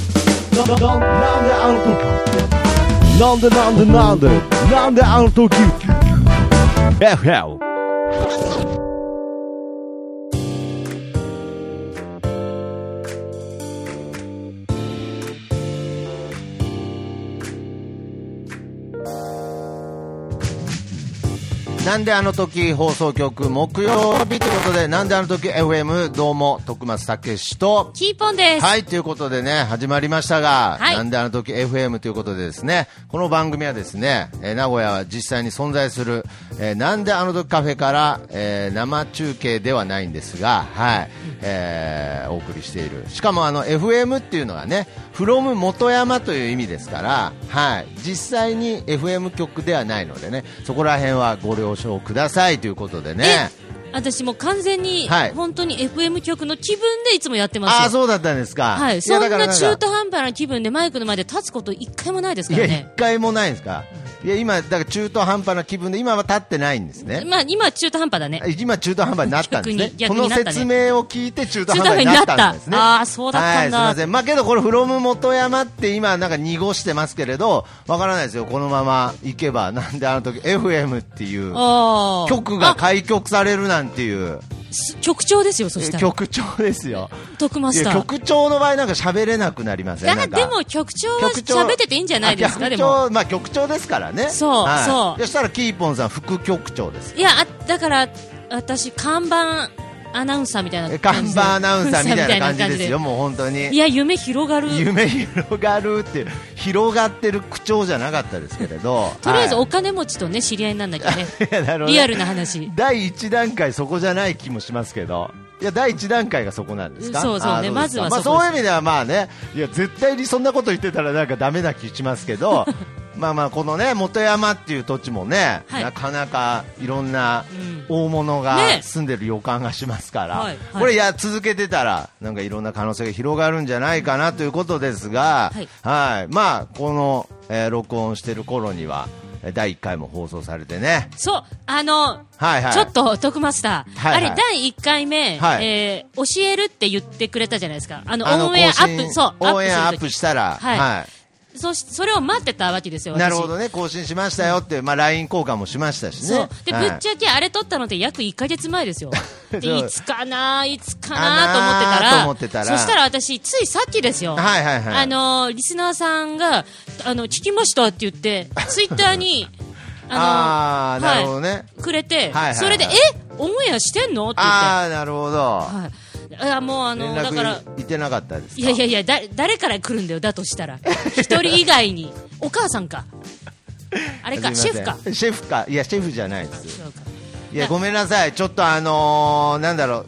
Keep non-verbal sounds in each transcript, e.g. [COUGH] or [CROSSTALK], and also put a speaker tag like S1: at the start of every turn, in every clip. S1: なななんであの時なんでなんでなんでなんであの時 FM
S2: なんであの時放送局木曜日ということで、なんであの時 FM どうも徳松武史と。
S3: キーポンです。
S2: はい、ということでね、始まりましたが、
S3: はい
S2: なんであの時 FM ということでですね、この番組はですね、えー名古屋は実際に存在する、えーなんであの時カフェから、えー生中継ではないんですが、はい、えーお送りしている。しかもあの FM っていうのがね、from 元山という意味ですから、はい、実際に FM 局ではないのでね、そこら辺はご了承くださいということでね。
S3: え私もう完全に、
S2: はい
S3: 本当に FM 局の気分でいつもやってますよ
S2: ああ、そうだったんですか。
S3: はい、
S2: や
S3: そん
S2: だから
S3: な
S2: か
S3: 中途半端な気分でマイクの前で立つこと一回もないです
S2: い
S3: か
S2: や、
S3: ら
S2: 一
S3: ね。
S2: 回もないんですか。いや、今、だから中途半端な気分で、今は立ってないんですね。
S3: まあ、今は中途半端だね。
S2: 今、中途半端になったんですね。
S3: [LAUGHS] 逆
S2: こ
S3: に逆に
S2: の
S3: なったね
S2: 説明を聞いて中途半端になったんですね。
S3: 中途半端になったあーそうだったんだ
S2: はい、すみません。まあ、けど、これ、フロム元山って今、なんか濁してますけれど、わからないですよ。このまま行けば、なんであの時、FM っていう
S3: あー
S2: 曲が
S3: あ
S2: 開局されるなんていう、
S3: す局長ですよ、そした
S2: え
S3: ら。
S2: 局長ですよ。
S3: 徳マ
S2: い
S3: スタ
S2: や、
S3: ー。
S2: 局長の場合なんか喋れなくなりません
S3: だ
S2: な
S3: か
S2: ん
S3: らでも局長は
S2: 局長
S3: 喋ってていいんじゃないですか、
S2: あ
S3: で
S2: 局
S3: も。
S2: 長まあ局長ですからね。
S3: そう
S2: はい
S3: そう
S2: そしたらキーポンさん副局長です。
S3: いや、あだから、私、看板アナウンサーみたいな
S2: え
S3: 感
S2: 看
S3: じで。
S2: 板アナウンサーみたいな感じ
S3: アナウンサーみたいな感
S2: で
S3: じ
S2: すよ。もう本当
S3: [LAUGHS] い
S2: に。
S3: や、夢広がる。
S2: 夢広がるって広がってる口調じゃなかったですけれど。
S3: とりあえず
S2: は
S3: お金持ちとね、知り合いになんなきゃ
S2: [LAUGHS]
S3: ね。
S2: いいやなるほどね
S3: リアルな話。
S2: 第一段階そこじゃない気もしますけど。いや第一段階がそこなんですか。
S3: そうそうね
S2: あーですか
S3: まずは
S2: まあ
S3: そこ
S2: そ
S3: です
S2: ういう意味ではまあね。いや絶対にそんなこと言ってたらなんかダメな気しますけ
S3: [LAUGHS]
S2: ど。まあまあこのね元山っていう土地もね、
S3: はい
S2: なかなかいろんな
S3: うん
S2: 大物が
S3: ね
S2: 住んでる予感がしますから、
S3: はいはい
S2: これや続けてたらなんかいろんな可能性が広がるんじゃないかなということですが、
S3: はい
S2: はいまあこの、えー録音してる頃にはえー第1回も放送されてね、
S3: そう、あの、
S2: はいはい、
S3: ちょっと、徳マスター、
S2: はいはい
S3: あれ、第1回目、
S2: はい
S3: えー教えるって言ってくれたじゃないですか。あの、
S2: あの
S3: オンエアア
S2: 更新
S3: ップ、そう、
S2: オンエアアップ
S3: し
S2: したら、
S3: はい
S2: は
S3: そしそれを待ってたわけですよ、
S2: い
S3: 私
S2: なるほどね更新しましたよって、まあ、LINE 交換もしましたし
S3: そ
S2: ね
S3: う。で、
S2: はい
S3: ぶっちゃけあれ撮ったのって約1ヶ月前で
S2: [LAUGHS]
S3: すよ。で、
S2: そう
S3: いつかないつか
S2: かなー
S3: な
S2: と
S3: と
S2: 思
S3: 思
S2: っ
S3: ってて
S2: た
S3: た
S2: ら
S3: ら、そしたら私、ついさっきですよ。
S2: はいはいはい
S3: あのー、リスナーさんが、あの、聞きましたって言
S2: [LAUGHS]
S3: って、ツイッターに、
S2: あー
S3: はい
S2: なるほどね
S3: くれて、
S2: はいはいはい
S3: それで、えオンエアしてんのって言って。
S2: ああなるほど、
S3: はい、いやもうあ
S2: 連
S3: のだから
S2: 絡いってなかったですか
S3: いやいやいやだ誰から来るんだよだとしたら一人以外
S2: [LAUGHS]
S3: にお母さんかあれか
S2: す
S3: シ
S2: い
S3: ェフ
S2: ま
S3: か
S2: せんシェフかいやシェフじゃないです
S3: そうか
S2: いやごめんなさいちょっとあのー、なんだろ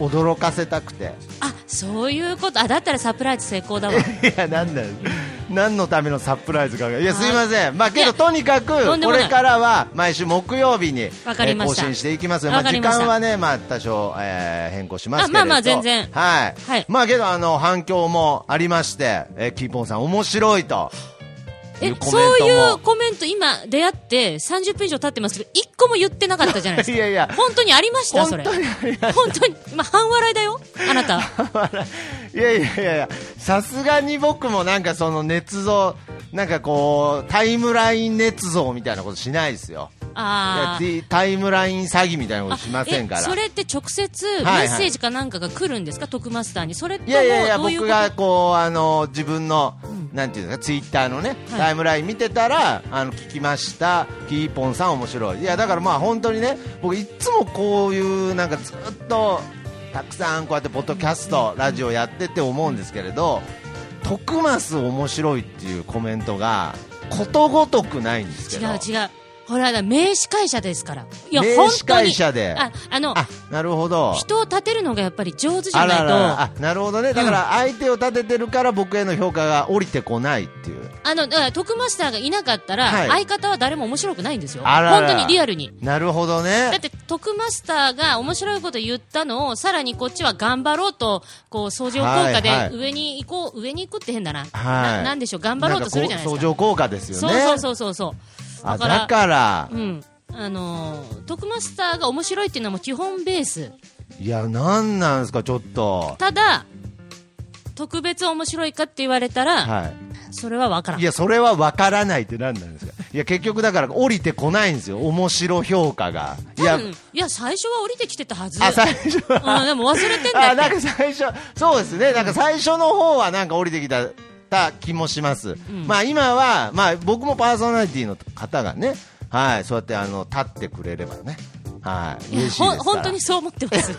S2: う驚かせたくて
S3: あそういうことあだったらサプライズ成功だわ
S2: いやなんだよ何のためのサプライズかがいや
S3: あー
S2: すいませんまあけ
S3: い
S2: ど
S3: や
S2: とにかく
S3: とんで
S2: こ
S3: もな
S2: れ
S3: い
S2: からは毎週木曜日にえ
S3: わかり
S2: ー
S3: ま
S2: 更
S3: した
S2: 新していきますまあ
S3: わか
S2: 時
S3: りました
S2: 間はねまあ多少えー変更しますけれど
S3: あまあまあ全然
S2: はい
S3: はい
S2: まあけどあの反響もありましてえーキーポンさん面白いとい
S3: え
S2: うコメントも
S3: そういうコメント今出会って30分以上経ってますけど一個も言ってなかったじゃないです
S2: [LAUGHS]
S3: か
S2: いやいや
S3: 本当にありましたそれ
S2: 本当にありました
S3: 本当にまあ半笑いだよあなた
S2: [LAUGHS] いやいやいやいやさすがに僕もなんかその捏造なんかこうタイムライン捏造みたいなことしないですよいや
S3: あー
S2: T- タイムライン詐欺みたいなことしませんか
S3: あえ
S2: ら
S3: それって直接メ
S2: はい
S3: ッセージかなんかが来るんですか、徳マスターにそれとも
S2: いやいやいや
S3: どういうこ
S2: 僕
S3: と
S2: がこうあの自分の、なんていうんですかツイッターのね、
S3: はい
S2: タイムライン見てたらあの聞きましたキーポンさん面白いいやだからまあ本当にね僕いつもこういうなんかずっとたくさんこうやってポッドキャスト、ラジオやってて思うんですけれど徳ます面白いっていうコメントがことごとくないんですけ
S3: 違
S2: ど
S3: う違うほら名司会者ですからいや
S2: 名司会者で
S3: 本当にああの
S2: あなるほど
S3: 人を立てるのがやっぱり上手じ
S2: あ
S3: ゃない
S2: ら
S3: とあ
S2: ららあなるほどねだから相手を立ててるから僕への評価が降りてこないっていう
S3: のだから徳マスターがいなかったら、
S2: はい
S3: 相方は誰も面白くないんですよ
S2: あらら
S3: 本当にリアルに
S2: なるほどね
S3: だって徳マスターが面白いこと言ったのをさらにこっちは頑張ろうとこう相乗効果で
S2: はいはい
S3: 上に行こう、上に行くって変だ
S2: は
S3: な,、
S2: い
S3: ななんでしょう頑張ろうとするじゃないですか
S2: んこう相乗効果ですよね。
S3: そうそうそうそうそう
S2: あだから、
S3: うんあのー、徳マスターが面白いっていうのはもう基本ベース
S2: いや、なんなんですか、ちょっと。
S3: ただ特別面白いかって言われたら、
S2: は
S3: それは分から
S2: い、
S3: ん
S2: いやそれは分からないって何なんですかいや結局だから降りてこないんですよ面白評価がい
S3: 多
S2: や
S3: 分いや最初は降りてきてたはず
S2: あ最初は、
S3: うん、でも忘れてん
S2: [LAUGHS]
S3: だ
S2: あ
S3: って
S2: なんか最初そうですねなんか最初の方はなんか降りてきたた気もします、まあ今はまあ僕もパーソナリティの方がねはいそうやってあの立ってくれればねはい
S3: い
S2: 嬉
S3: や
S2: しいですか
S3: ほん
S2: ら
S3: 本当にそう思ってます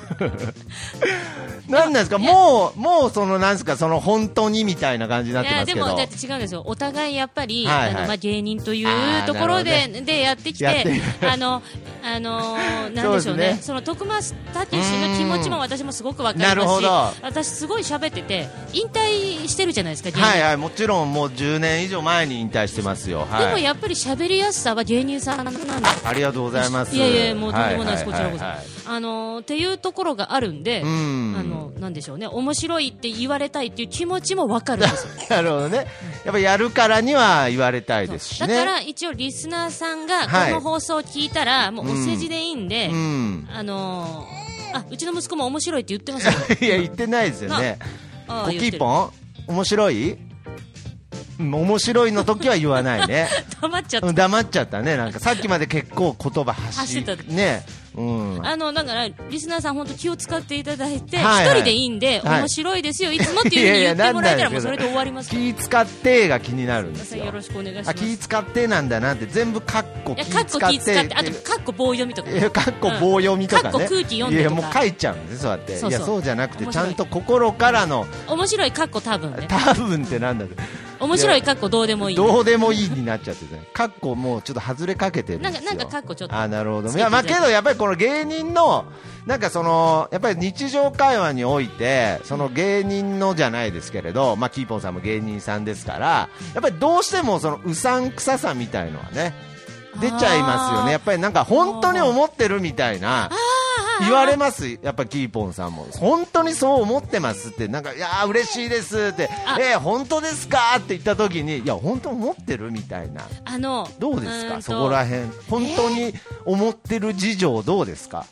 S2: なんなんですかもうもうそのなんですかその本当にみたいな感じ [LAUGHS] になっ
S3: い
S2: てま
S3: や
S2: す
S3: で
S2: け
S3: も
S2: ど
S3: だって違うんですよお互いやっぱり、
S2: はいはい
S3: あのまあ、芸人とい
S2: あ
S3: う
S2: ー
S3: ところ
S2: な
S3: で,、
S2: る
S3: でやってきて
S2: やって
S3: あのあのーなんでしょう
S2: そうで
S3: ね
S2: す
S3: そ
S2: ね
S3: の徳松たけしの気持ちも私もすごく分か
S2: な
S3: り
S2: る
S3: ます
S2: ほ
S3: し
S2: ど
S3: 私すごい喋ってて引退してるじゃないですか芸人、
S2: はいはいもちろんもう10年以上前に引退してますよはい
S3: でもやっぱり喋りやすさは芸人さんなんだ
S2: ありがとうございます
S3: いやいや、もうとんでもないです、
S2: は
S3: こ
S2: は
S3: ち
S2: は
S3: ら
S2: は
S3: こそ。あのーっていうところがあるんで、あ
S2: ん
S3: のなんでしょうね、面白いって言われたいっていう気持ちもわかるんですよ。
S2: [LAUGHS] なるほどねやっぱやるからには言われたいですし
S3: だ
S2: ね
S3: から一応、リスナーさんがこ
S2: はい
S3: の放送を聞いたら、もうお世辞でいいんで、
S2: うん
S3: あのーあうちの息子も面白いって言ってますよ
S2: [LAUGHS] いや言ってないですよね
S3: ああ
S2: コ
S3: 言って
S2: キ
S3: る
S2: ポン面白いうん面白いの時は言わない
S3: [LAUGHS]
S2: ね
S3: 黙っちゃった
S2: うん黙っちゃったねなんかさっきまで結構言葉走
S3: 走ってた
S2: ねうん
S3: あのだからリスナーさん、本当気を使っていただいて、一、
S2: はいはい
S3: 人でいいんで、
S2: はい
S3: 面白いですよ、いつもっていうふうに言ってもらえたら、もうそれで終わりますから。
S2: 気使ってが気になるんですよ
S3: よろしくお願いしま
S2: あ
S3: す。
S2: 気使ってなんだなって全部カッコ
S3: いや、
S2: 気
S3: カ
S2: 使っ
S3: ッ
S2: て
S3: コ気使って、あとカッコ棒読みとか。
S2: いやかっこ棒読みとかね、
S3: うんかっこ空気読んでとか
S2: いやもう書いちゃうんですそうやって
S3: そうそう
S2: いやそうじゃなくて
S3: 面
S2: ち
S3: 白い
S2: ゃんと心からの
S3: 面白いかっこ多分ね
S2: 多分ってなんだって
S3: 面白いかっこどうでもいい
S2: どうでもいいになっちゃってねかっこもうちょっと外れかけてるんですよ
S3: なんかなんかかっこちょっと
S2: あなるほどい
S3: つけて
S2: やまあ
S3: くれ
S2: け
S3: る
S2: どやっぱりこの芸人のなんかそのやっぱり日常会話においてその芸人のじゃないですけれどまあキーポンさんも芸人さんですからやっぱりどうしてもそのうさんくささみたいのはね出ちゃいますよ
S3: あー
S2: ねやっぱりなんか本当に思ってるみたいな言われますやっぱキーポンさんも本当にそう思ってますってなんかいやー嬉しいですって
S3: あ
S2: えー、本当ですかって言った時にいや本当思ってるみたいな
S3: あの
S2: どうです
S3: ーん
S2: か
S3: と
S2: そこら辺本当に思ってる事情どうですか、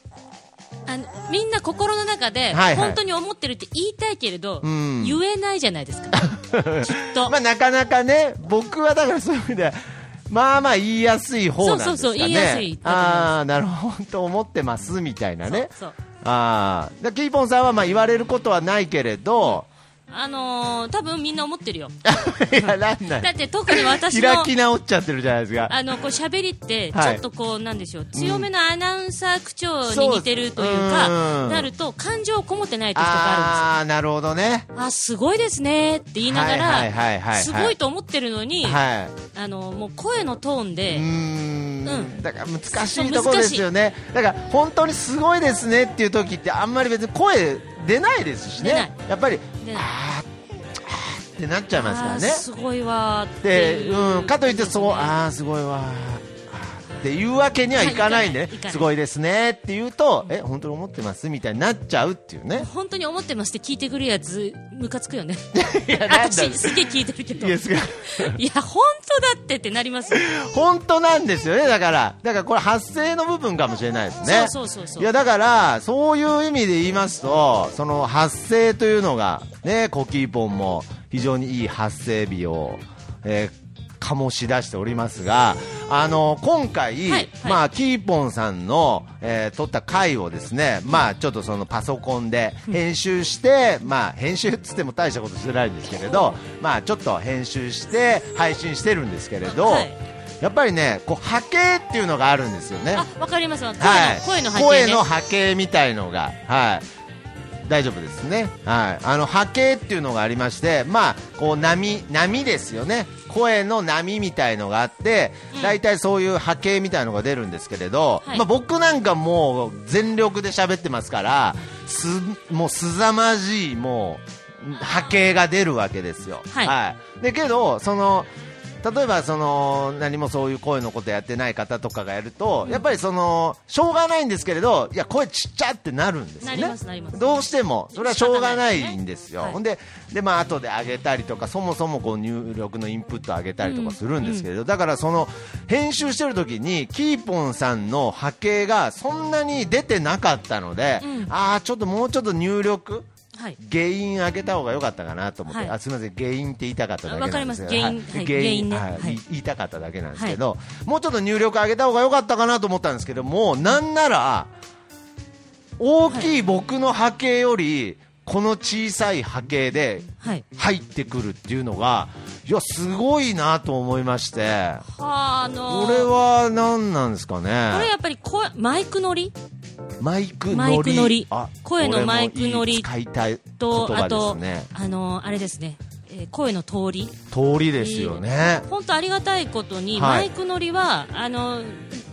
S3: あのみんな心の中
S2: は
S3: で、
S2: いはい
S3: 本当に思ってるって言いたいけれど、
S2: ん
S3: 言えないじゃないです
S2: [LAUGHS]
S3: かきっと、
S2: まあなかなかね僕はだからそういう意味ではまあまあ言いやすい方なんですかね
S3: そうそうそう言いやすい方なんです
S2: ああなるほど本当思ってますみたいなね
S3: そうそう
S2: ああだキーポンさんはまあ言われることはないけれど
S3: あのー多分みんな思ってるよ
S2: いやなんな
S3: だ
S2: い
S3: って特に私の
S2: 開き直っちゃってるじゃないですか
S3: あのこう喋りってち
S2: は
S3: ょ
S2: い
S3: っとこうなんでしょう、強めのアナウンサー口調に似てるというか
S2: そううん
S3: なると感情をこもってない時とかあるんですよ
S2: ああーなるほどね
S3: あすごいですねって言いなが
S2: はいはいはいはい
S3: ら
S2: はい
S3: すごいと思ってるのに、
S2: はい
S3: あのもう声のトーンで、
S2: うー
S3: う
S2: ん
S3: ん
S2: だから難しいところですよねだから本当にすごいですねっていう時ってあんまり別に声出ないですし
S3: 出ない
S2: ねやっぱり
S3: 出ない
S2: あーあーってなっちゃいますから
S3: あー
S2: ね
S3: すごいわーって
S2: で
S3: いう
S2: うん、かといってそうあーすごいわーあーっていうわけにはいかないんで、ね
S3: はいいかないいかない
S2: すごいですねって言うとえ本当に思ってますみたいになっちゃうっていうね
S3: 本当に思ってまして聞いてくるやつムカつくよね
S2: いやなんだ
S3: 私すげえ聞いてるけど
S2: いやすごい
S3: いや本当だってってなりますよ
S2: [LAUGHS] 本当なんですよね、だから、だからこれ、発声の部分かもしれないですね、
S3: そうそうそうそう
S2: やだから、そういう意味で言いますと、その発声というのが、ね、コキーポンも非常にいい発声美を、えー醸し出しておりますが、あの今回、
S3: はいはい
S2: まあ、キーポンさんの、えー撮った回をですね、まあ、ちょっとそのパソコンで編集して、まあ、編集っつっても大したことしてないんですけれど、まあ、ちょっと編集して配信してるんですけれど、
S3: はい
S2: やっぱりねこう波形っていうのがあるんですよね
S3: あわかりますわ
S2: はい、
S3: 声の声の波形ね
S2: 波形みたいのが、はい、大丈夫ですね、はい、あの波形っていうのがありまして、まあ、こう波波ですよね、声の波みたいのがあって、大体そういう波形みたいのが出るんですけれど、
S3: はい
S2: まあ、僕なんかもう全力で喋ってますから、すもうすざまじいもう波形が出るわけですよ。
S3: はい
S2: でけどその例えばその何もそういう声のことやってない方とかがやると、やっぱりそのしょうがないんですけれどいや声ちっちゃってなるんですよ
S3: なり
S2: ね
S3: ますなります
S2: どうしてもそれはしょうがないんですよ、
S3: 仕方
S2: ほ
S3: なん
S2: でで、まあ後で上げたりとかそもそもこう入力のインプット上げたりとかするんですけれど、だからその編集してる時にキーポンさんの波形がそんなに出てなかったので、
S3: うん
S2: ああちょっともうちょっと入力
S3: はい
S2: 原因上げた方が良かったかなと思って、
S3: はい
S2: あすみません、原因って言いたかっただけなんです
S3: わかります
S2: けどはい
S3: 原因はい
S2: 原因
S3: 原因ね
S2: はい
S3: はい
S2: 言いたかっただけなんですけど、もうちょっと入力上げた方が良かったかなと思ったんですけども、なんなら、大きい僕の波形より、この小さい波形で
S3: はい
S2: 入ってくるっていうのが、いや、すごいなと思いまして、
S3: はあのー
S2: これは何なんですかね。
S3: これやっぱりこマイク乗り
S2: マイク
S3: マイ
S2: 乗
S3: ク
S2: り
S3: 乗り
S2: あ
S3: 声のマイク乗り
S2: これもいい使いたい言
S3: と、あ
S2: 葉です
S3: と、
S2: ね
S3: あのーあれですね、えー声の通り
S2: 通りですよね
S3: 本当ありがたいことに、
S2: はい
S3: マイク乗りはあの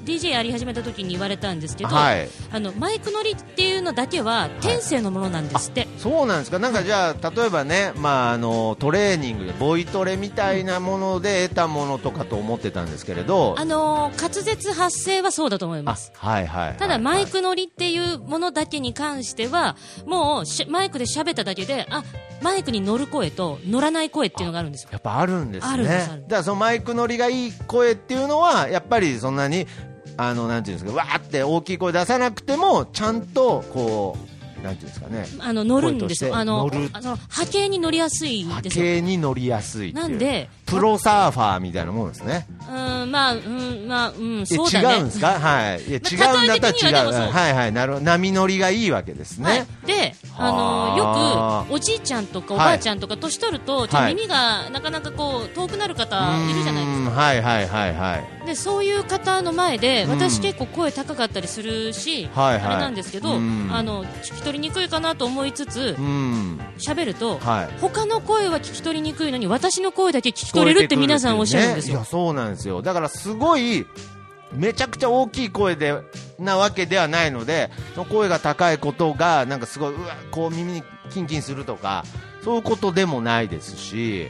S3: DJ やり始めた時に言われたんですけど、
S2: はい
S3: あのマイク乗りっていうのだけは天性のものなんですって、
S2: そうなんですかなんかじゃあ例えばね、まあ、あのトレーニングでボイトレみたいなもので得たものとかと思ってたんですけれど
S3: あのー滑舌発声はそうだと思い
S2: あ
S3: ます
S2: はいはいはい
S3: ただマイク乗りっていうものだけに関してはもうしマイクで喋っただけであマイクに乗る声と乗らない声っていうのがあるんですよ
S2: やっぱあるんですね
S3: あるんですあるんで
S2: だ
S3: す
S2: からそのマイク乗りがいい声っていうのはやっぱりそんなにあのなんていうんですかわーって大きい声出さなくてもちゃんとこうなんていうんですかね
S3: あの乗るんですよ
S2: 声
S3: あ
S2: とし
S3: の
S2: て乗る
S3: あの波形に乗りやすいん
S2: 波
S3: ですよ
S2: 形に乗りやすいっていう
S3: なんで
S2: プロサーファーみたいなもんですね
S3: うーんまあうんまあうん
S2: いや
S3: そうだね
S2: 違うんです
S3: [LAUGHS]
S2: かはいいや違うんだ
S3: まあ
S2: った
S3: 例え的には
S2: ら違う
S3: でもそう
S2: はいはいなるほど波乗りがいいわけです
S3: はい
S2: ね、
S3: で、
S2: はあ
S3: あのよくおじいちゃんとかおばあちゃんとか年取ると、ちょっと
S2: はい
S3: 耳がなかなかこう遠くなる方
S2: うーん
S3: いるじゃないです
S2: はいはいはいはい
S3: かでそういう方の前で
S2: うん
S3: 私結構声高かったりするし、
S2: はいはい
S3: あれなんですけど、
S2: うん
S3: あの聞き取りにくいかなと思いつつ
S2: うん
S3: 喋ると、
S2: はい
S3: 他の声は聞き取りにくいのに私の声だけ聞き取れるって皆さんおっしゃるんです
S2: い
S3: よ
S2: やそうなんですよだからすごいめちゃくちゃ大きい声でなわけではないのでその声が高いことがなんかすごいうわこう耳にキンキンするとかそういうことでもないですし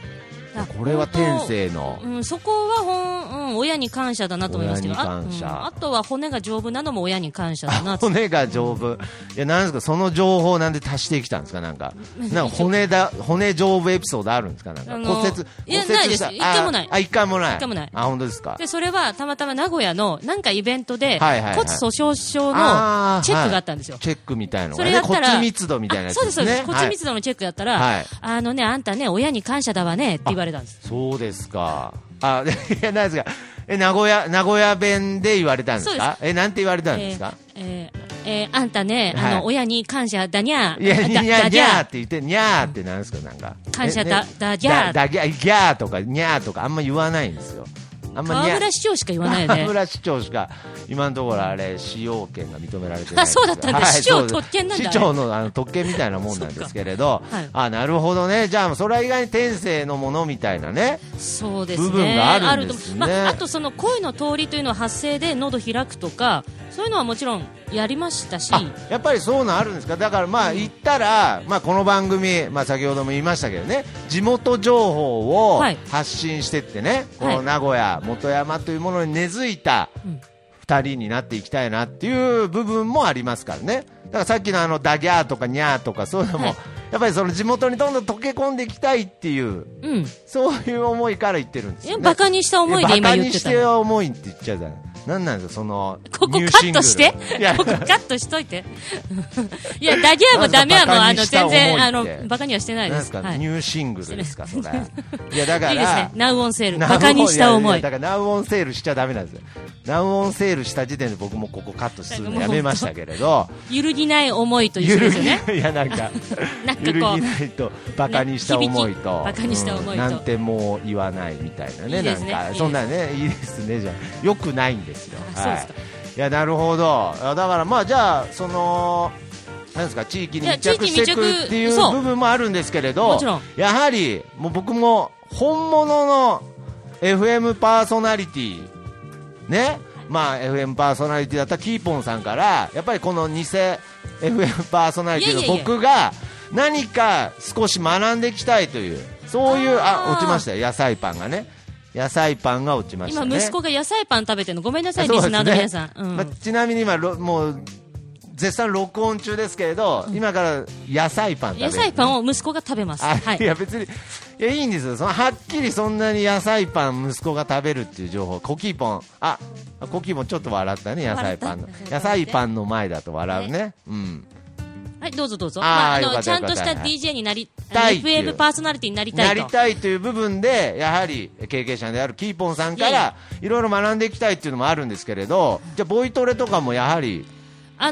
S3: だから
S2: これは天性の
S3: うん、そこはほん、うん、親に感謝だなと思いますけど
S2: 親に感謝
S3: あ,、うんあとは骨が丈夫なのも親に感謝だなと
S2: 骨が丈夫いやなんですかその情報なんで足してきたんですかなんかなんか骨だ骨丈夫エピソードあるんですかなんか
S3: あ
S2: 骨
S3: の
S2: 折
S3: いや
S2: 骨折
S3: ないです
S2: した
S3: 一回もない
S2: ああ一回もない
S3: 一回もない
S2: あ本当ですか
S3: でそれはたまたま名古屋のなんかイベントで
S2: はいはいはい
S3: 骨粗しょう症の
S2: あー
S3: チェックがあったんですよ。
S2: チェックみたいの
S3: そ
S2: が
S3: れ
S2: ね
S3: やった
S2: 骨
S3: ら、
S2: 密度みたいなや
S3: あ
S2: つ
S3: そうです、そうです、
S2: ね
S3: 骨密度のチェックやったら、
S2: はい
S3: あのね、あんたね、親に感謝だわねって言われたんです。
S2: そうですか。あ、 [LAUGHS] でいや、ないですか。え、名古屋、名古屋弁で言われたんですかえ、なんて言われたんですか、
S3: えーえーえーあんたね、
S2: はい
S3: あの親に感謝だにゃー
S2: いや、
S3: だ
S2: にゃ、にゃ
S3: だ
S2: に
S3: じ
S2: ゃー
S3: ゃ
S2: って言って、にゃーってなんですかなんか。
S3: 感謝
S2: えね
S3: だだぎゃー
S2: だ、だぎゃ、ぎゃーとか、にゃーとか、あんま言わないんですよ。あんま
S3: 川
S2: にゃ
S3: 村市長しか言わないよ
S2: 川 [LAUGHS]
S3: ね。
S2: 村市長しか今のところあれ使用権が認められてない
S3: あ [LAUGHS] そうだったんだ
S2: はい
S3: 市長
S2: そうです
S3: 特権なんだ
S2: 市長のあの特権みたいなもんなんですけれど、
S3: そっかはい
S2: あなるほどねじゃあそれは意外に天性のものみたいなね
S3: そうですね
S2: 部分があるんですね
S3: あるとまあ、あとその声の通りというのは発声で喉開くとか、そういうのはもちろんやりましたし、
S2: あやっぱりそうなんあるんですかだからまあ言ったら、まあ、この番組、まあ、先ほども言いましたけどね地元情報を
S3: はい
S2: 発信してってね、こ
S3: は
S2: の
S3: い
S2: 名古屋元山というものに根付いた
S3: うん
S2: 2人になっていきたいなっていう部分もありますからねだからさっきのあのダギャーとかニャーとかそういうのも、
S3: はい
S2: やっぱりその地元にどんどん溶け込んでいきたいっていう
S3: うん、
S2: そういう思いから言ってるんですよ、ね、
S3: バカにした思いで今言って
S2: バ
S3: た
S2: カにして
S3: の。
S2: 思いって言っちゃうじゃないなんなんですかその
S3: ここカ
S2: ニューシ
S3: ッ
S2: ング
S3: ト
S2: ル
S3: して
S2: いや、
S3: ここカットしといて。 [LAUGHS] いや、ダギアもダメアも、あ
S2: なん
S3: の、
S2: ですか
S3: 全
S2: バカにした
S3: 然、あ
S2: 思いっ
S3: の
S2: て、
S3: バカにはしてない
S2: なん
S3: で
S2: です
S3: す。
S2: か、
S3: はい。い
S2: ニ
S3: い
S2: ューシングルですか、それ。いや、
S3: [LAUGHS]
S2: だから、
S3: ですね。ナウオンセール。
S2: ナウオン
S3: バカにした思い。
S2: ややだから、ナウオンセールしちゃダメなんですよ。ナウオンセールした時点で僕もここカットするのやめましたけれ
S3: [LAUGHS]
S2: ど、
S3: 揺るぎない思いと
S2: [LAUGHS]
S3: 一
S2: 揺
S3: 緒
S2: る
S3: です
S2: ぎ
S3: よね。
S2: ない、いや、なんか、
S3: なんかこう
S2: 揺るぎないと、バカにした思いと、
S3: ね響きバカにした思いと
S2: うんなんてもう言わないみたいなね、
S3: いいですね
S2: なん
S3: いいで
S2: か、
S3: す
S2: そんなね、いいですね、じゃあよくないんですよ。
S3: あそうですか
S2: い、いや、なるほど。あだから、まあ、じゃあ、その、なんですか地域に密着
S3: い
S2: して
S3: や
S2: い
S3: 地域密着
S2: くっていう
S3: そう
S2: 部分もあるんですけれど
S3: もちろん
S2: やはりもう僕も本物の FM パーソナリティねまあ FM パーソナリティだったキーポンさんからやっぱりこの偽 FM パーソナリティ
S3: いや
S2: の
S3: いやいや
S2: 僕が何か少し学んでいきたいというそういうあ
S3: あー
S2: 落ちましたよ野菜パンがね野菜パンが落ちました
S3: 今、
S2: ね
S3: 息子が野菜パン食べてるの。ごめんなさい、
S2: そうで
S3: リ
S2: す
S3: ス
S2: ね
S3: ナーの皆さん。うん
S2: まあ、ちなみに今ろもう絶賛録音中ですけれど、今から野菜パン食べ
S3: 野
S2: る
S3: 菜パンを息子が食べます。
S2: あ、、
S3: はいい。
S2: や別にいやいいんですよそのはっきりそんなに野菜パン息子が食べるっていう情報コキーポンあコキーポンちょっと笑ったね野菜パンの
S3: 笑った
S2: 野菜パンの前だと笑うねうん
S3: はい、どうぞどうぞ。
S2: あー
S3: まあ、あ
S2: よか
S3: の、
S2: っ
S3: ち
S2: たよ
S3: ゃ
S2: か
S3: ん
S2: った
S3: とした DJ になり、
S2: たいっていう
S3: FM パーソナリティになりた
S2: ないり
S3: と。
S2: たいという部分で、やはり経験者であるキーポンさんか
S3: いやいや
S2: ら、いろいろ学んでいきたいっていうのもあるんですけれど、じゃあ、ボイトレとかもやはり、
S3: あ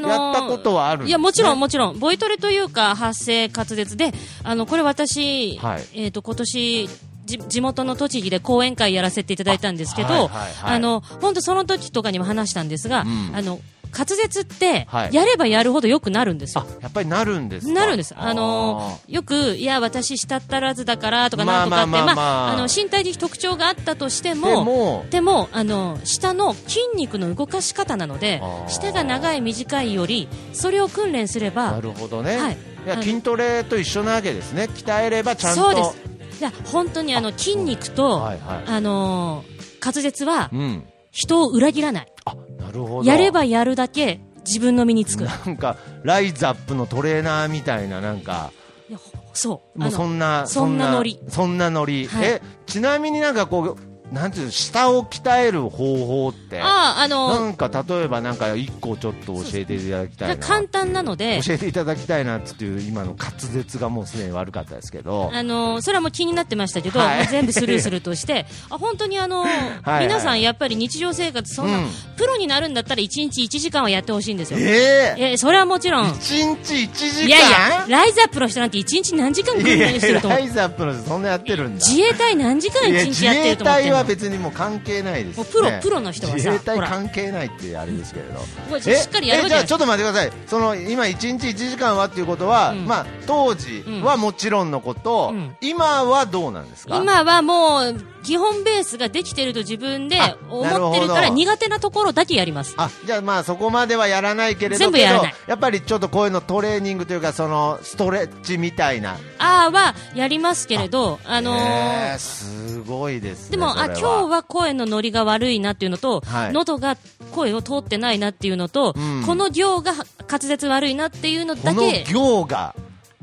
S2: やったことはあるんですね
S3: いや、もちろん、もちろん。ボイトレというか、発声滑舌で、あの、これ私、
S2: はい
S3: えっ、と、今年、じ地元の栃木で講演会やらせていただいたんですけど、
S2: あ
S3: あ,、
S2: はいはいはい
S3: の、本当その時とかにも話したんですが、
S2: ん
S3: あの、滑舌って
S2: は、い
S3: やればやるほど良くなるんですよ。
S2: あやっぱりなるんですか
S3: なるんです。あのよく、いや、私、したったらずだからとか、
S2: ま
S3: な
S2: あ
S3: んとかって、
S2: ま
S3: ま
S2: あまあまあ
S3: あ、あの、身体的特徴があったとして
S2: ーで
S3: も、
S2: も、
S3: でも、あの、下の筋肉の動かし方なので
S2: あ、ー
S3: 舌が長い短いより、それを訓練すれ
S2: な
S3: ば、
S2: るほどね、
S3: はいい、
S2: や
S3: あの
S2: 筋トレと一緒なわけですね、鍛えればちゃんと。
S3: そうです。いや、本当にあの、筋肉と、
S2: はいはい
S3: あのー滑舌は、
S2: うん、
S3: 人を裏切らない。
S2: あなるほど
S3: やればやるだけ、自分の身につく。い
S2: なんかライザップのトレーナーみたいななんか
S3: やほそう。
S2: も
S3: あ
S2: うそ
S3: の、
S2: んな
S3: そんなノリ
S2: そんなノリ、
S3: はい
S2: えちなみになんかこうなんていうの下を鍛える方法って
S3: ああ、
S2: な
S3: あの
S2: んか例えばなんか一個ちょっと教えていただきたいな
S3: 簡単なので、
S2: 教えていただきたいなっていう今の滑舌がもうすでに悪かったですけど
S3: あのそれはもう気になってましたけど、
S2: はい
S3: もう全部スルーするとして、 [LAUGHS] あ本当にあの
S2: はい
S3: 皆さん、やっぱり日常生活、そんな、
S2: うん
S3: プロになるんだったら1日1時間はやってほしいんですよ。
S2: ええ
S3: えそれはもち
S2: [LAUGHS]
S3: ろん、
S2: 1日1時間
S3: いやいや、ライズアップの人なんて1日何時間訓
S2: いや
S3: 練してると思
S2: ラ
S3: う、
S2: イズアップの人そんなやってるんだ
S3: 自衛隊何時間
S2: いや
S3: 1日
S2: 自
S3: やって
S2: 衛
S3: ると思って
S2: 隊
S3: んの
S2: は別にもう関係ないです、ね、
S3: もうプロプロの人はさ
S2: 自衛隊
S3: ほら
S2: 関係ないってあれですけれど
S3: これしっかりやる
S2: え
S3: わ
S2: えじ
S3: けじ
S2: ゃ
S3: ゃ
S2: あ
S3: ない
S2: ちょっと待ってくださいその今1日1時間はっていうことは、
S3: うん
S2: まあ、当時はもちろんのこと、
S3: うん
S2: 今はどうなんですか
S3: 今はもう、基本ベースができてると自分で
S2: あ
S3: 思ってるか
S2: なるほど
S3: ら、苦手なところだけやります。
S2: あじゃあまあそこまではやらないけれど
S3: 全部やらない
S2: けどやっぱりちょっとこういうのトレーニングというかそのストレッチみたいな、
S3: あーはやりますけれど、あのー
S2: えーすごいですね
S3: でも、あ、
S2: それ
S3: 今
S2: は
S3: 日は声のノリが悪いなっていうのと、
S2: はい
S3: 喉が声を通ってないなっていうのと、
S2: うん
S3: この行が滑舌悪いなっていうのだ
S2: この
S3: け、
S2: 行が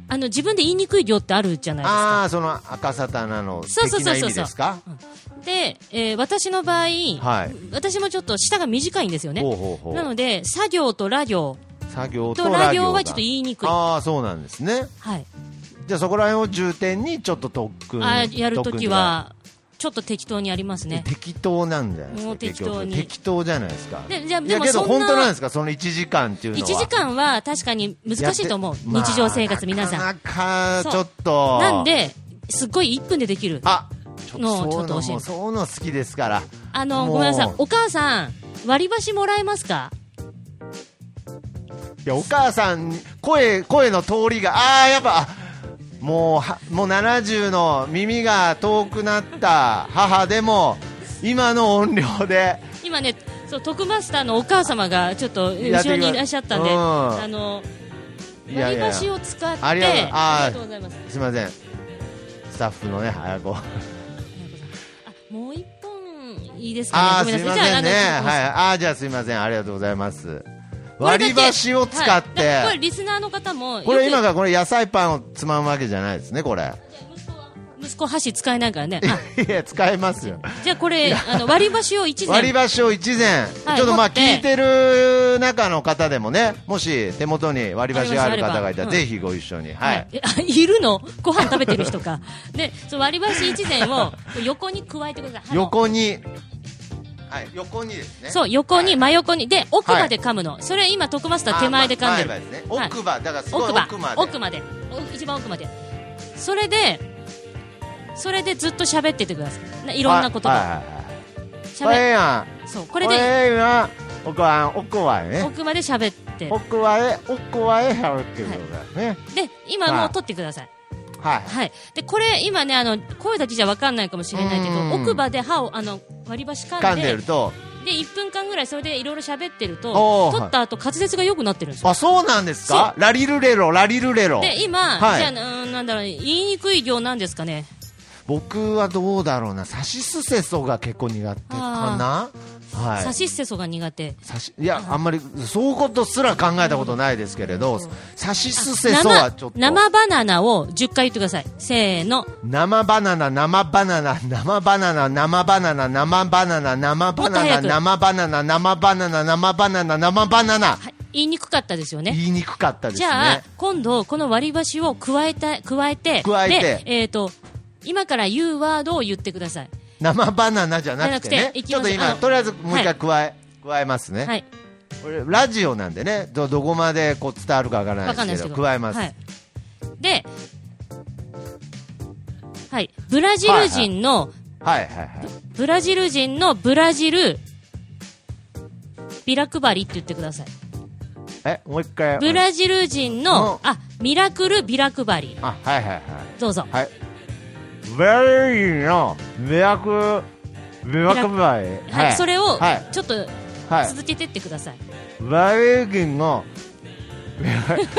S3: あの、自分で言いにくい行ってあるじゃないですか。
S2: ああーその赤サタナの
S3: そうそう
S2: 的
S3: そ
S2: な
S3: う
S2: 意
S3: そう
S2: 味ですか
S3: で、えー私の場合、
S2: はい
S3: 私もちょっと舌が短いんですよね。
S2: ほうほうほう
S3: なので、作業とラ行
S2: 作業と
S3: と
S2: ラ
S3: ラ
S2: 行
S3: 行
S2: が
S3: はちょっと言いにくい。は
S2: ああそうなんですね
S3: い。
S2: じゃあそこら辺を重点にちょっと特訓
S3: あーやるときは、ちょっと適当にやります
S2: 特訓と。い
S3: ね
S2: うか適当なんじゃないです
S3: も
S2: か
S3: う適当
S2: 結
S3: に
S2: 局適当じゃないですか
S3: でじゃあ
S2: い
S3: で
S2: や
S3: も
S2: けど
S3: そんな
S2: 本当なんですかその1時間っていうのは
S3: 1時間は確かに難しいと思う。
S2: やって
S3: 日常生活皆さん。
S2: まあなかなかち
S3: そ
S2: ょ
S3: う
S2: っと
S3: なんで、すっごい1分でできる。
S2: あ
S3: のを
S2: そういう
S3: ちょっと
S2: の
S3: 教え
S2: も
S3: て
S2: そういうの好きですから
S3: あの、
S2: もう
S3: ごめんなさい。お母さん、割り箸もらえますか
S2: いやお母さんに声声の通りがああやっぱあもうはもう70の耳が遠くなった母でも今の音量で
S3: 今ね、そう、徳マスターのお母様が、ちょっと、
S2: やってく
S3: 後ろ
S2: れ
S3: にいらっしゃったんで、
S2: うん
S3: あの、
S2: いや
S3: 割
S2: い
S3: り
S2: や
S3: 箸を使って、
S2: ありがとうあー
S3: ありがとうございます。
S2: すいませんスタッフのね早子
S3: あもう一本、いいです
S2: あ
S3: かね。
S2: あ
S3: ご
S2: す
S3: め
S2: い
S3: ん
S2: ま
S3: なさい。じ
S2: せん
S3: ゃあ、
S2: ね
S3: あの
S2: はいあーじゃあすいませんありがとうございます
S3: これだ
S2: 割
S3: け
S2: り箸を使って、
S3: はいこれ、リスナーの方も、
S2: これ今
S3: が。
S2: がこれ野菜パンをつまむわけじゃないですねこれ
S3: 息子は息子箸使えないからね。あ
S2: [LAUGHS] いや使えますよ
S3: じゃあこれ、あの、割り箸を一膳。
S2: 割り箸を一膳、
S3: はい
S2: ちょっとまあ
S3: 持って
S2: 聞いてる中の方でもねもし手元に割り箸がある方がいたら、
S3: 割り箸あればうん
S2: ぜひご一緒に、はい
S3: えあいるのご飯食べてる人か。で、その割り箸一膳をこう横に加えてください。
S2: 横に、はい、横にですね
S3: そう、横に、真横に。で、奥歯で噛むの。それ今、徳マスター手前で噛んでる
S2: あ。まあ前歯ですね
S3: はい
S2: 奥歯だからすごい
S3: 奥
S2: 奥
S3: 歯。
S2: まで
S3: 奥まで。お一番奥まで。それで、それでずっと喋っててください。ない
S2: い
S3: ろんなこと
S2: はい
S3: が。
S2: はいはいこれ
S3: 喋
S2: や
S3: そう、
S2: こ
S3: これで、
S2: ええやん奥歯奥歯やね
S3: 奥まで喋って。
S2: 奥歯へ奥歯へやるっていうことだよね
S3: で、今もう取ってください。
S2: はい
S3: はい。で、これ、今ね、あの、声だけじゃわかんないかもしれないけ
S2: うん
S3: ど、奥歯で歯を、あの、割り箸噛んで、
S2: 噛んでると
S3: で1分間ぐらいそれでいろいろ喋ってる
S2: おー
S3: と取った後滑舌が良くなってるんですよ
S2: あそうなんですかラリルレロラリルレロ
S3: で今、
S2: はい
S3: じゃあうんなんだろう言いにくい行なんですかね
S2: 僕はどうだろうな、さしすせそが結構苦手かな、は
S3: さ
S2: い、
S3: しすせそが苦手
S2: さしいや、あんまりそういうことすら考えたことないですけれど、さしすせそは
S3: 生
S2: ちょっと
S3: 生バナナを10回言ってくださいせーの
S2: 生バナナ、生バナナ、生バナナ、生バナナ、生バナナ、生バナナ、生バナナ、生バナナ、生バナナ、生バナナ、
S3: はい言いにくかったですよね。
S2: 言いにくかったです
S3: じ
S2: ね。
S3: ゃあ、今度、この割り箸を加えた、加えて、
S2: 加えて
S3: で、えっ、と、今から言うワードを言ってください。
S2: 生バナナじゃなくて
S3: じゃ
S2: ね
S3: なくていき
S2: ちょっ
S3: ます
S2: と
S3: あ
S2: 今
S3: の
S2: とりあえずもう一回加え、加えますね、
S3: はい。
S2: これラジオなんでねどどこまでこう伝わるかわからない
S3: わ
S2: で
S3: か
S2: す
S3: ん
S2: けど
S3: ないですけど。
S2: 加えます、
S3: はい。で、はい。ブラジル人の、
S2: はいはいはい
S3: ブラジル人のブラジル、ビラ配りって言ってください。
S2: えもう一回
S3: ブラジル人の
S2: の、
S3: あ、ミラクルビラ配り。
S2: あはいはいはい
S3: どうぞ。
S2: はいブラジルの迷惑迷惑場合
S3: はい。それを
S2: はい、
S3: ちょっと
S2: はい
S3: 続けてってください。
S2: ブラジルの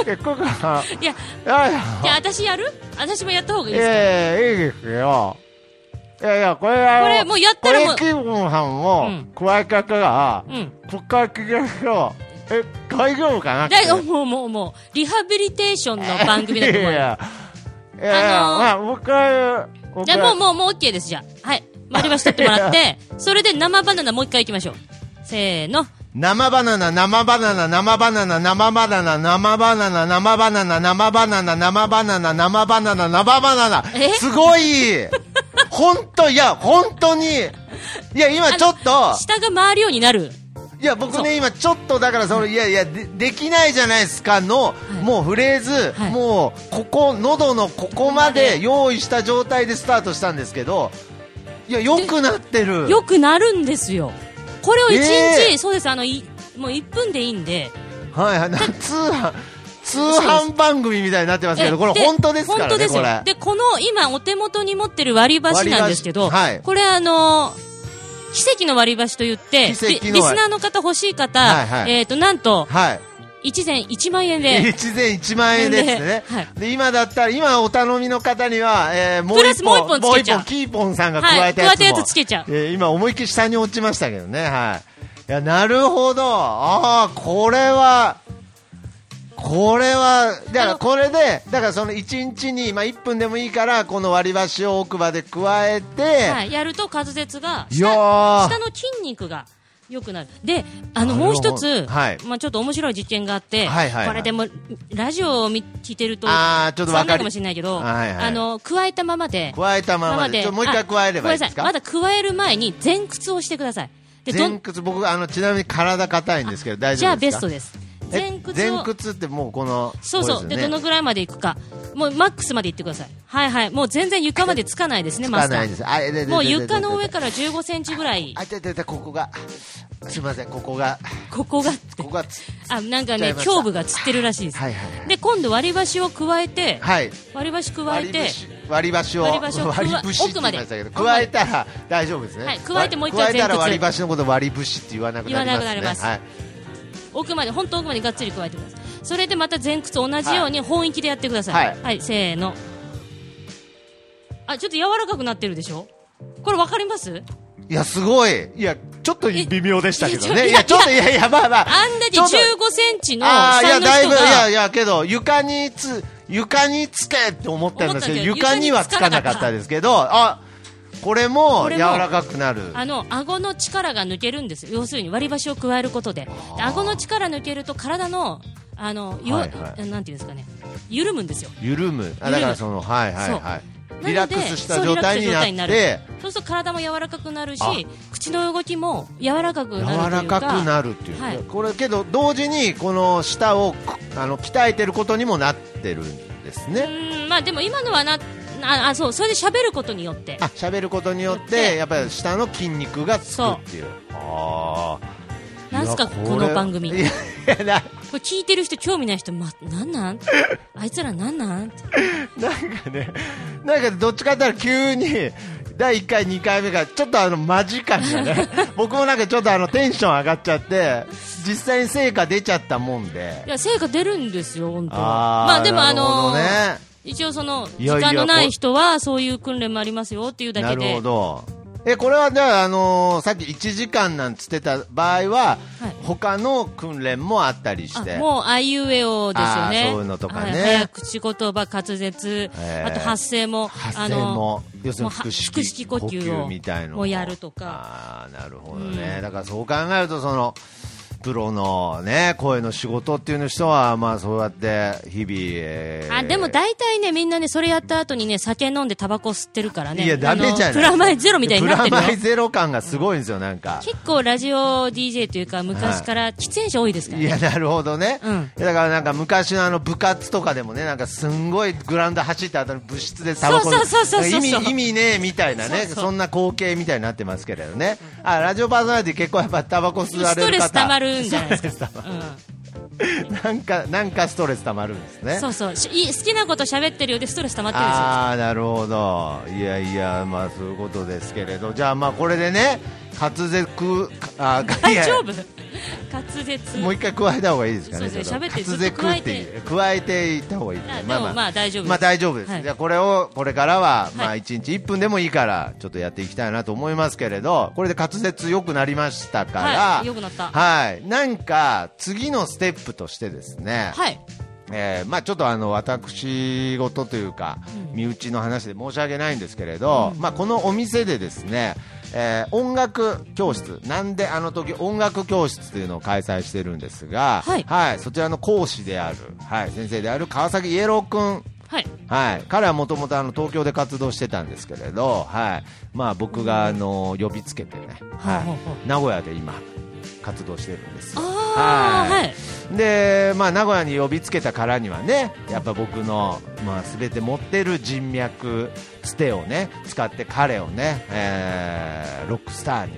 S2: 結構
S3: [LAUGHS]
S2: か
S3: いや、
S2: ない
S3: い
S2: や
S3: や、私やる私もやった方がいい
S2: い
S3: ですか
S2: やいやいいですよいやいやこれあの
S3: これもうやったらもう
S2: これキムさんも
S3: うん
S2: 加え方が、
S3: うん。
S2: こっから聞きましょう。え、大丈夫かな
S3: だいもうもうもう、リハビリテーションの番組だと思
S2: [LAUGHS]
S3: う
S2: い
S3: よ。
S2: やいや、いや
S3: あのー
S2: まあ、もう一回、もう一
S3: じゃ
S2: 回
S3: あもうもうもう OK です、じゃあ。はい。丸箸取ってもらって、それで生バナナもう一回いきましょう。せーの。
S2: 生バナナ、生バナナ、生バナナ、生バナナ、生バナナ、生バナナ、生バナナ、生バナナ、生バナナ、生バナナ
S3: え。
S2: すごい本当いや、本当に。いや、今ちょっと、
S3: 下が回るようになる。
S2: いや、僕ね、今ちょっと、だから、その、いやいや、でできないじゃないですかの、
S3: い
S2: もうフレーズ、
S3: はい
S2: もう、ここ、喉のここま
S3: ここま
S2: で
S3: で
S2: 用意した状態でスタートしたんですけど、いや、良くなってる。
S3: よくなるんですよ。これを一
S2: え
S3: 日、
S2: ー
S3: そうです、あの、いもう1分でいいんで。
S2: はいはい、なんか通販、通販番組みたいになってますけど、
S3: え
S2: これ本当ですから
S3: 本当
S2: ね、
S3: です
S2: こ
S3: よ
S2: れ。
S3: で、この今お手元に持ってる割り箸なんですけど、
S2: 割り箸はい
S3: これあのー奇跡の割り箸と言っ
S2: 奇跡
S3: て、リ
S2: の割り
S3: リスナーの方欲しい方、
S2: はいはい
S3: えっ、と、なんと、
S2: はい。
S3: 1膳1万円で、
S2: 一千一万円ですね
S3: ね。はい
S2: で、今だったら、今お頼みの方には、えー、もう
S3: プラ
S2: 一
S3: ス
S2: 本、
S3: もう一本つけちゃう
S2: もう一本キーポンさんが加
S3: は
S2: え
S3: い、
S2: た
S3: 加
S2: や
S3: え
S2: つも。
S3: たやつつけちゃう。
S2: えー今思いっきり下に落ちましたけどね、はい、いやなるほど、ああ、これは、これは、だか
S3: あ
S2: ら
S3: の
S2: これで、だからその1日に、まあ、1分でもいいから、この割り箸を奥歯で加えて、
S3: はい、やると滑舌が、
S2: いやー
S3: 下下の筋肉が良くなる。で、あの、
S2: なるほど
S3: もう一つ、
S2: はい
S3: まあちょっと面白い実験があって、
S2: はいはいはい
S3: これでも、ラジオを見聞いてると、
S2: あーちょっとわかり
S3: 残念かもしれないけど、
S2: はいはい
S3: あの、加えたままで、
S2: 加えたままで、ちょもう一回
S3: あ
S2: 加えればいいですか、
S3: ごめんなさいまだ加える前に前屈をしてください。でどん
S2: 前屈、僕あの、ちなみに体硬いんですけど、大
S3: じ
S2: 丈
S3: ゃあ
S2: 夫で
S3: ベ
S2: すか
S3: ストです。
S2: え
S3: 前屈を
S2: 前。屈ってもうこの、
S3: そうそう。
S2: こ
S3: で
S2: れす
S3: ど
S2: よね
S3: のぐらいまで行くか。もうマックスまで行ってください。はいはい。もう全然床までつかないですね、
S2: つ
S3: マ
S2: か
S3: スタ
S2: ないです
S3: ー。
S2: あいやいやいやいやいや
S3: もう床の上から15センチぐらい、
S2: あ、いたいたいた、ここが、すみません、ここが、
S3: ここが、
S2: ここがつ、
S3: あ、なんか
S2: ちゃい
S3: ね
S2: ま、した
S3: 胸部がつってるらしいです。
S2: はいはいはい。
S3: で、今度割り箸を加えて、
S2: はい
S3: 割り箸加え
S2: 割り
S3: て、
S2: 箸割り箸を
S3: 割り箸を
S2: 割り箸って
S3: 奥
S2: 言
S3: ま
S2: い
S3: で
S2: ましたけど加えたら大丈夫ですね、
S3: はい加えてもう一回
S2: 加えたら
S3: 前屈
S2: 割り箸のこと割り箸って言わなくなりますね
S3: 言わなくなります
S2: はい、
S3: 奥まで、本当奥までがっつり加えてください。それでまた前屈同じように本域でやってください。
S2: は
S3: はいい、せーの。あ、ちょっと柔らかくなってるでしょこれわかります
S2: いやすごいいやちょっと
S3: え
S2: 微妙でしたけど
S3: いや
S2: ねいやち
S3: ち
S2: ょ
S3: ょ
S2: っといやいやまあまあ
S3: あんだけ
S2: ちょっと
S3: 15センチの
S2: ああい
S3: 下
S2: や
S3: の
S2: だい
S3: 人
S2: ぶいやい
S3: が、
S2: やけど床につ床につけって思ったんですけど
S3: 思ったんですけど
S2: 床にはつかなかったですけどあこれも
S3: こ
S2: 柔
S3: れも
S2: らかくなる
S3: あの、顎の力が抜けるんです。要するに割り箸を加えることで。で顎の力抜けると体の、あの、よ、
S2: はいはい
S3: なんていうんですかね。緩むんですよ。
S2: 緩むあだからそのはいはいは
S3: そう
S2: いリラックスした状態にな
S3: な
S2: っ
S3: ので
S2: て
S3: そうすると体も柔らかくなるし
S2: あ、
S3: 口の動きも柔らかくなると
S2: 柔
S3: いうか。
S2: らかくなるっていう、
S3: はい
S2: これけど同時にこの舌をくあの鍛えてることにもなってるんです
S3: う
S2: ね、
S3: ーんまあでも今のはなああそうそれで喋ることによって
S2: あ喋ることによっ
S3: よってて
S2: やっぱり舌の筋肉がつくっていうあー
S3: なんすか
S2: いや
S3: この番組
S2: いやいやな
S3: これ聞いてる人興味ない人、ま、なんなんあいつらなんなんって
S2: なんかねなんかどっちかって言ったら急に第1回2回目からちょっとあの間近に
S3: [LAUGHS]
S2: ね僕もなんかちょっとあのテンション上がっちゃって実際に成果出ちゃったもんで
S3: いや成果出るんですよ本当は
S2: あー
S3: まあでも
S2: な
S3: あ
S2: るほ
S3: の
S2: どね
S3: 一応その
S2: い
S3: 時
S2: やいや
S3: 間のない人はそういう訓練もありますよっていうだけで
S2: なるほどえこれはじゃあ、あのーさっき1時間なんつってた場合は、
S3: はい
S2: 他の訓練もあったりして
S3: あもうあいうえおですよ
S2: あ
S3: ね
S2: ーそういうのとかね
S3: はい早口言葉滑舌、
S2: えー
S3: あと発声も
S2: 発声も要するに
S3: もうは
S2: 腹式
S3: 腹式呼吸を
S2: みたいの
S3: をやるとか
S2: あーなるほどね、だからそう考えるとそのプロのね、声の仕事っていうの人は、まあそうやって日々、えー
S3: あでも大体ね、みんなね、それやった後にね、酒飲んでタバコ吸ってるからね。
S2: いや、ダメじゃな
S3: あの
S2: い。
S3: プラマイゼロみたいになってる
S2: プラマイ
S3: よ。
S2: ゼロ感がすごいんですよ、なんか。
S3: 結構ラジオ DJ というか、昔から喫煙者多いですから
S2: い
S3: ね。
S2: や、なるほどね。
S3: うん
S2: いやだからなんか昔のあの部活とかでもね、なんかすんごいグラウンド走った後の部室でタバコ
S3: そうそうそうそうそう
S2: 意味、意味ねえみたいなね、
S3: そう
S2: そ
S3: そうん
S2: な光景みたいになってますけれどね。あ、ラジオパーソナリティ結構やっぱタバコ吸わ
S3: ス
S2: れ
S3: ト
S2: る
S3: レ
S2: 方。
S3: ス溜まるんじゃないですか。
S2: ストレス溜ま
S3: うん
S2: る [LAUGHS] なんか、なんかストレス溜まるんですね。
S3: そうそうしい好きなこと喋ってるようでストレス溜まってるんですよ
S2: ああなるほどいやいやまあそういうことですけれどじゃあまあこれでね滑舌あ
S3: [LAUGHS] 大丈
S2: い
S3: 夫滑舌
S2: や [LAUGHS] もう一回加えた方がいいですかね
S3: そうです
S2: ちょっと
S3: 喋ってず
S2: 滑
S3: っ
S2: 舌
S3: と加え
S2: って
S3: て
S2: いう加えていった方がいいですね
S3: あでもまあ大丈夫です
S2: まあ大丈夫です、
S3: はい
S2: じゃあこれをこれからはま
S3: は
S2: あ
S3: い
S2: 1日1分でもいいからちょっとやっていきたいなと思いますけれどこれで滑舌良くなりましたから
S3: はい良くなった
S2: はいなんか次のステップとしてですね
S3: はい
S2: えーまあ、ちょっとあの私事というか、身内の話で申し訳ないんですけれど、まあ、このお店でですね、えー音楽教室、なんであの時音楽教室というのを開催してるんですが、
S3: はい
S2: そちらの講師である、はい、先生である川崎イエロー君
S3: はい
S2: はい、彼はもともとあの東京で活動してたんですけれど、はいまあ、僕があの呼びつけてね、
S3: はあはあは
S2: はい、名古屋で今、活動してるんですよ。
S3: あーはい
S2: で、まあ、名古屋に呼びつけたからにはね、やっぱ僕の、まあ、全て持ってる人脈、つてをね、使って彼をね、えーロックスターに。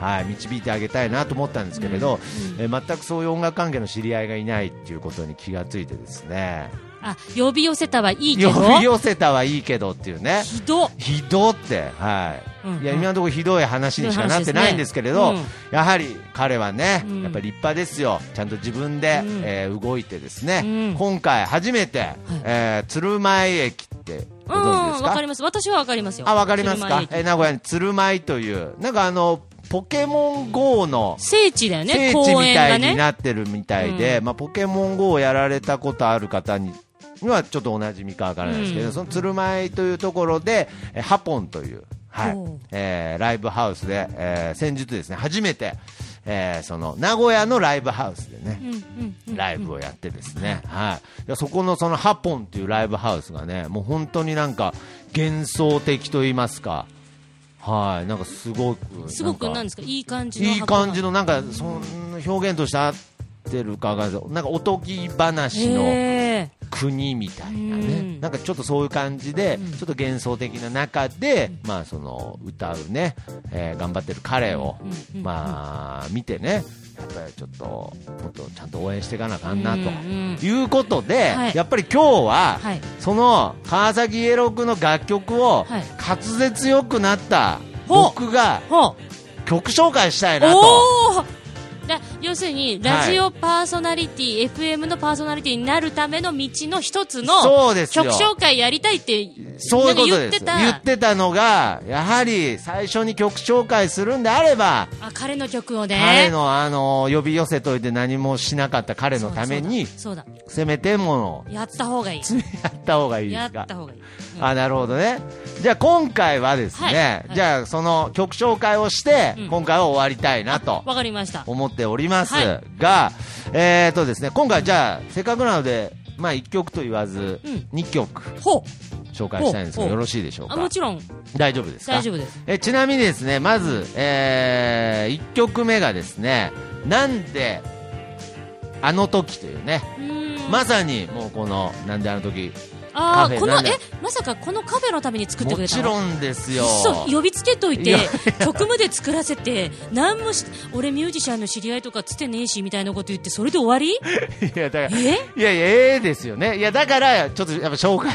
S2: はい、導いてあげたいなと思ったんですけれど、えー全くそういう音楽関係の知り合いがいないっていうことに気がついてですね、
S3: あ呼び寄せたはいいけど
S2: 呼び寄せたはいいけどっていうね、
S3: ひど
S2: ひどって、はい
S3: うん
S2: いや今のところひどい話にしかなってないんですけれど、
S3: ひどい話で
S2: やはり彼はね、
S3: うん
S2: やっぱり立派ですよ、ちゃんと自分で、
S3: うん
S2: えー動いてですね、
S3: うん
S2: 今回初めて、えー鶴舞駅って
S3: う
S2: ご
S3: ん
S2: 存知です
S3: わ
S2: か、
S3: かります私はわかりますよ
S2: あわかります
S3: 車
S2: か
S3: 駅、
S2: えー名古屋に鶴舞という、なんかあのポケモン GO の
S3: 聖地だよね
S2: 聖地
S3: 公
S2: み
S3: 園
S2: た
S3: が
S2: いに
S3: ね
S2: なってるみたいで、まあ、ポケモン GO をやられたことある方ににはちょっとおなじみかわからないですけど、
S3: うん
S2: その鶴舞というところで、えハポンという、はい
S3: おう
S2: えーライブハウスで、えー先日ですね初めて、えーその名古屋のライブハウスでね、
S3: うんうんうん
S2: ライブをやってですね、はい、でそこのそのハポンというライブハウスがね、もう本当になんか幻想的と言いますか、はい、なんかすごく、
S3: すごくなんですかいい感じの
S2: いい感じのなんかそんな表現として合ってるかわかんないですなんかおとぎ話の
S3: へ
S2: 国みたいな
S3: う
S2: ね
S3: ん
S2: なんかちょっとそういう感じでちょっと幻想的な中でまあその歌うねえー頑張ってる彼を
S3: うん
S2: まあ見てねやっぱりちょっともっとちゃんと応援していかなあかんな
S3: うんうん
S2: ということで
S3: はい
S2: やっぱり今日は
S3: はい
S2: その川崎イエロー君の楽曲を
S3: はい
S2: 滑舌よくなった
S3: ほう
S2: 僕が
S3: ーほう
S2: 曲紹介したいなと。
S3: おおだ要するにラジオパーソナリティ、FM のパーソナリティになるための道の一つの
S2: そうですよ
S3: 曲紹介やりたいって
S2: そういうことです
S3: なんか
S2: 言
S3: 言
S2: っ
S3: って
S2: たのがやはり最初に曲紹介するんであれば、
S3: たあ彼の曲を
S2: 彼
S3: ね
S2: のあの呼び寄せといて何もしなかった彼のために
S3: そうだそう
S2: せめてものを
S3: だやった方がいい
S2: やった方がいいで
S3: や
S2: す
S3: っ
S2: か
S3: た方がいい、うん
S2: あなるほどねじゃあ今回はです
S3: はい
S2: ね、
S3: はい
S2: じゃあその曲紹介をして、
S3: うん
S2: 今回は終わりたいなと
S3: わかりました
S2: 思っております
S3: は
S2: が、えーとですね今回じゃあせっかくなのでまあ1曲と言わず
S3: うん
S2: 2曲
S3: ほう
S2: 紹介したいんですけど
S3: ほうほう
S2: よろしいでしょうか
S3: あもちろん
S2: 大丈夫ですか
S3: 大丈夫です
S2: えちなみにですねまず、え1曲目がですねなんであの時というね
S3: うーん
S2: まさにもうこのなんであの時カ
S3: あ
S2: フ
S3: ー
S2: ェ
S3: この
S2: なん
S3: え
S2: だ
S3: まさかこのカフェのために作ってく
S2: も
S3: れた
S2: ち
S3: の
S2: ろんですよ
S3: そう呼びつけとい
S2: い
S3: て
S2: や
S3: 曲まで作らせて何もし俺ミュージシャンの知り合いとかつってねえしみたいなこと言ってそれで終わ
S2: [LAUGHS]
S3: り
S2: いやだからい
S3: え
S2: やいやええですよねいやだからちょっとやっぱ紹介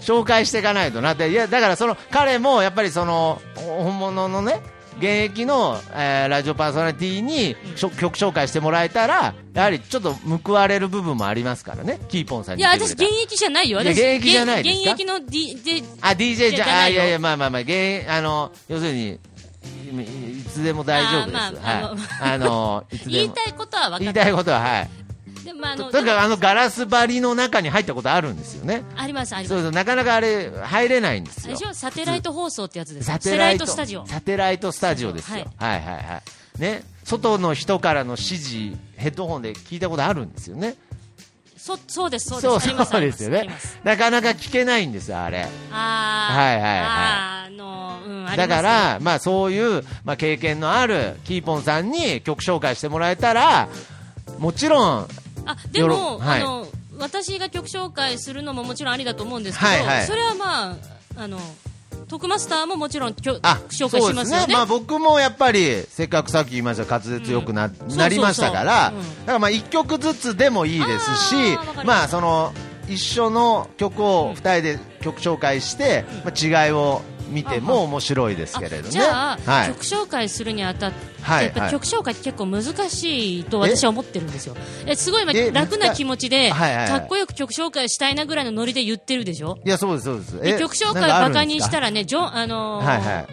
S2: 紹介していかないとなっていやだからその彼もやっぱりその本物のね現役の、えーラジオパーソナリティにしょ曲紹介してもらえたらやはりちょっと報われる部分もありますからねキーポンさん
S3: い
S2: に言
S3: や、
S2: って
S3: 私、
S2: くれた
S3: 現役じゃないよ。
S2: いや
S3: 私、
S2: 現役じゃないですか
S3: 現役の D、で、
S2: あ、DJ じ
S3: じ
S2: ゃ、
S3: ゃ
S2: あ、
S3: ない
S2: い
S3: よ
S2: やいや、まあまあまあ、現あの、要するに、いいつでも大丈夫です。
S3: あーまあ
S2: はい。あの、いつ
S3: [LAUGHS] 言
S2: で
S3: い
S2: も。
S3: たいことは分
S2: 言い
S3: かった。
S2: たいことは、はい。
S3: でも、あの、
S2: ととにかく、あの、ガラス張りの中に入ったことあるんですよね。
S3: あります、あり
S2: そ
S3: ま
S2: う
S3: す。
S2: そう、なかなかあれ、入れないんです
S3: 最
S2: よ
S3: 初。はサテライト放送ってやつです。
S2: サ
S3: サ
S2: テ
S3: テ
S2: ラ
S3: ラ
S2: イ
S3: イ
S2: ト
S3: トスタジオ。
S2: サテライトスタジオですよ。
S3: はい
S2: はい、はい、はい。ね。外の人からの指示、ヘッドホンで聞いたことあるんですよね。
S3: そそうですそうです
S2: そう
S3: あります
S2: そうですよ
S3: あ
S2: ね
S3: ります。
S2: なかなか聞けないんです、あれ。
S3: あー
S2: はいはいはい
S3: あーあのうんあります
S2: だから、まあ、そういう、まあ、経験のあるキーポンさんに曲紹介してもらえたら、もちろん、
S3: あで
S2: よ
S3: も、
S2: ろはい
S3: あの私が曲紹介するのももちろんありだと思うんですけど、
S2: はいはい
S3: それはまああの徳マスターももちろんきょ
S2: あ
S3: 紹介しますよ
S2: そうですね
S3: ね。
S2: まあ、僕もやっぱりせっかくさっき言いました滑舌よくな,、
S3: うん
S2: なりましたから
S3: そうそうそううん
S2: だからまあ1曲ずつでもいいですし
S3: あーわかりました
S2: まあ、その一緒の曲を2人で曲紹介して、まあ、違いを見ても面白いですけれどね。
S3: あじゃあ、
S2: はい
S3: 曲紹介するにあたって、
S2: はい
S3: やっぱ
S2: はい
S3: 曲紹介って結構難しいと私は思ってるんですよ。えすごい今
S2: え
S3: 楽な気持ちで、
S2: 難はいはいはい
S3: かっこよく曲紹介したいなぐらいのノリで言ってるでしょ。
S2: いやそうですそうです
S3: で
S2: え
S3: 曲紹
S2: な
S3: 介
S2: んかある
S3: バ
S2: んです
S3: カ
S2: か
S3: にしたらね、ジョン、あのー
S2: はいはい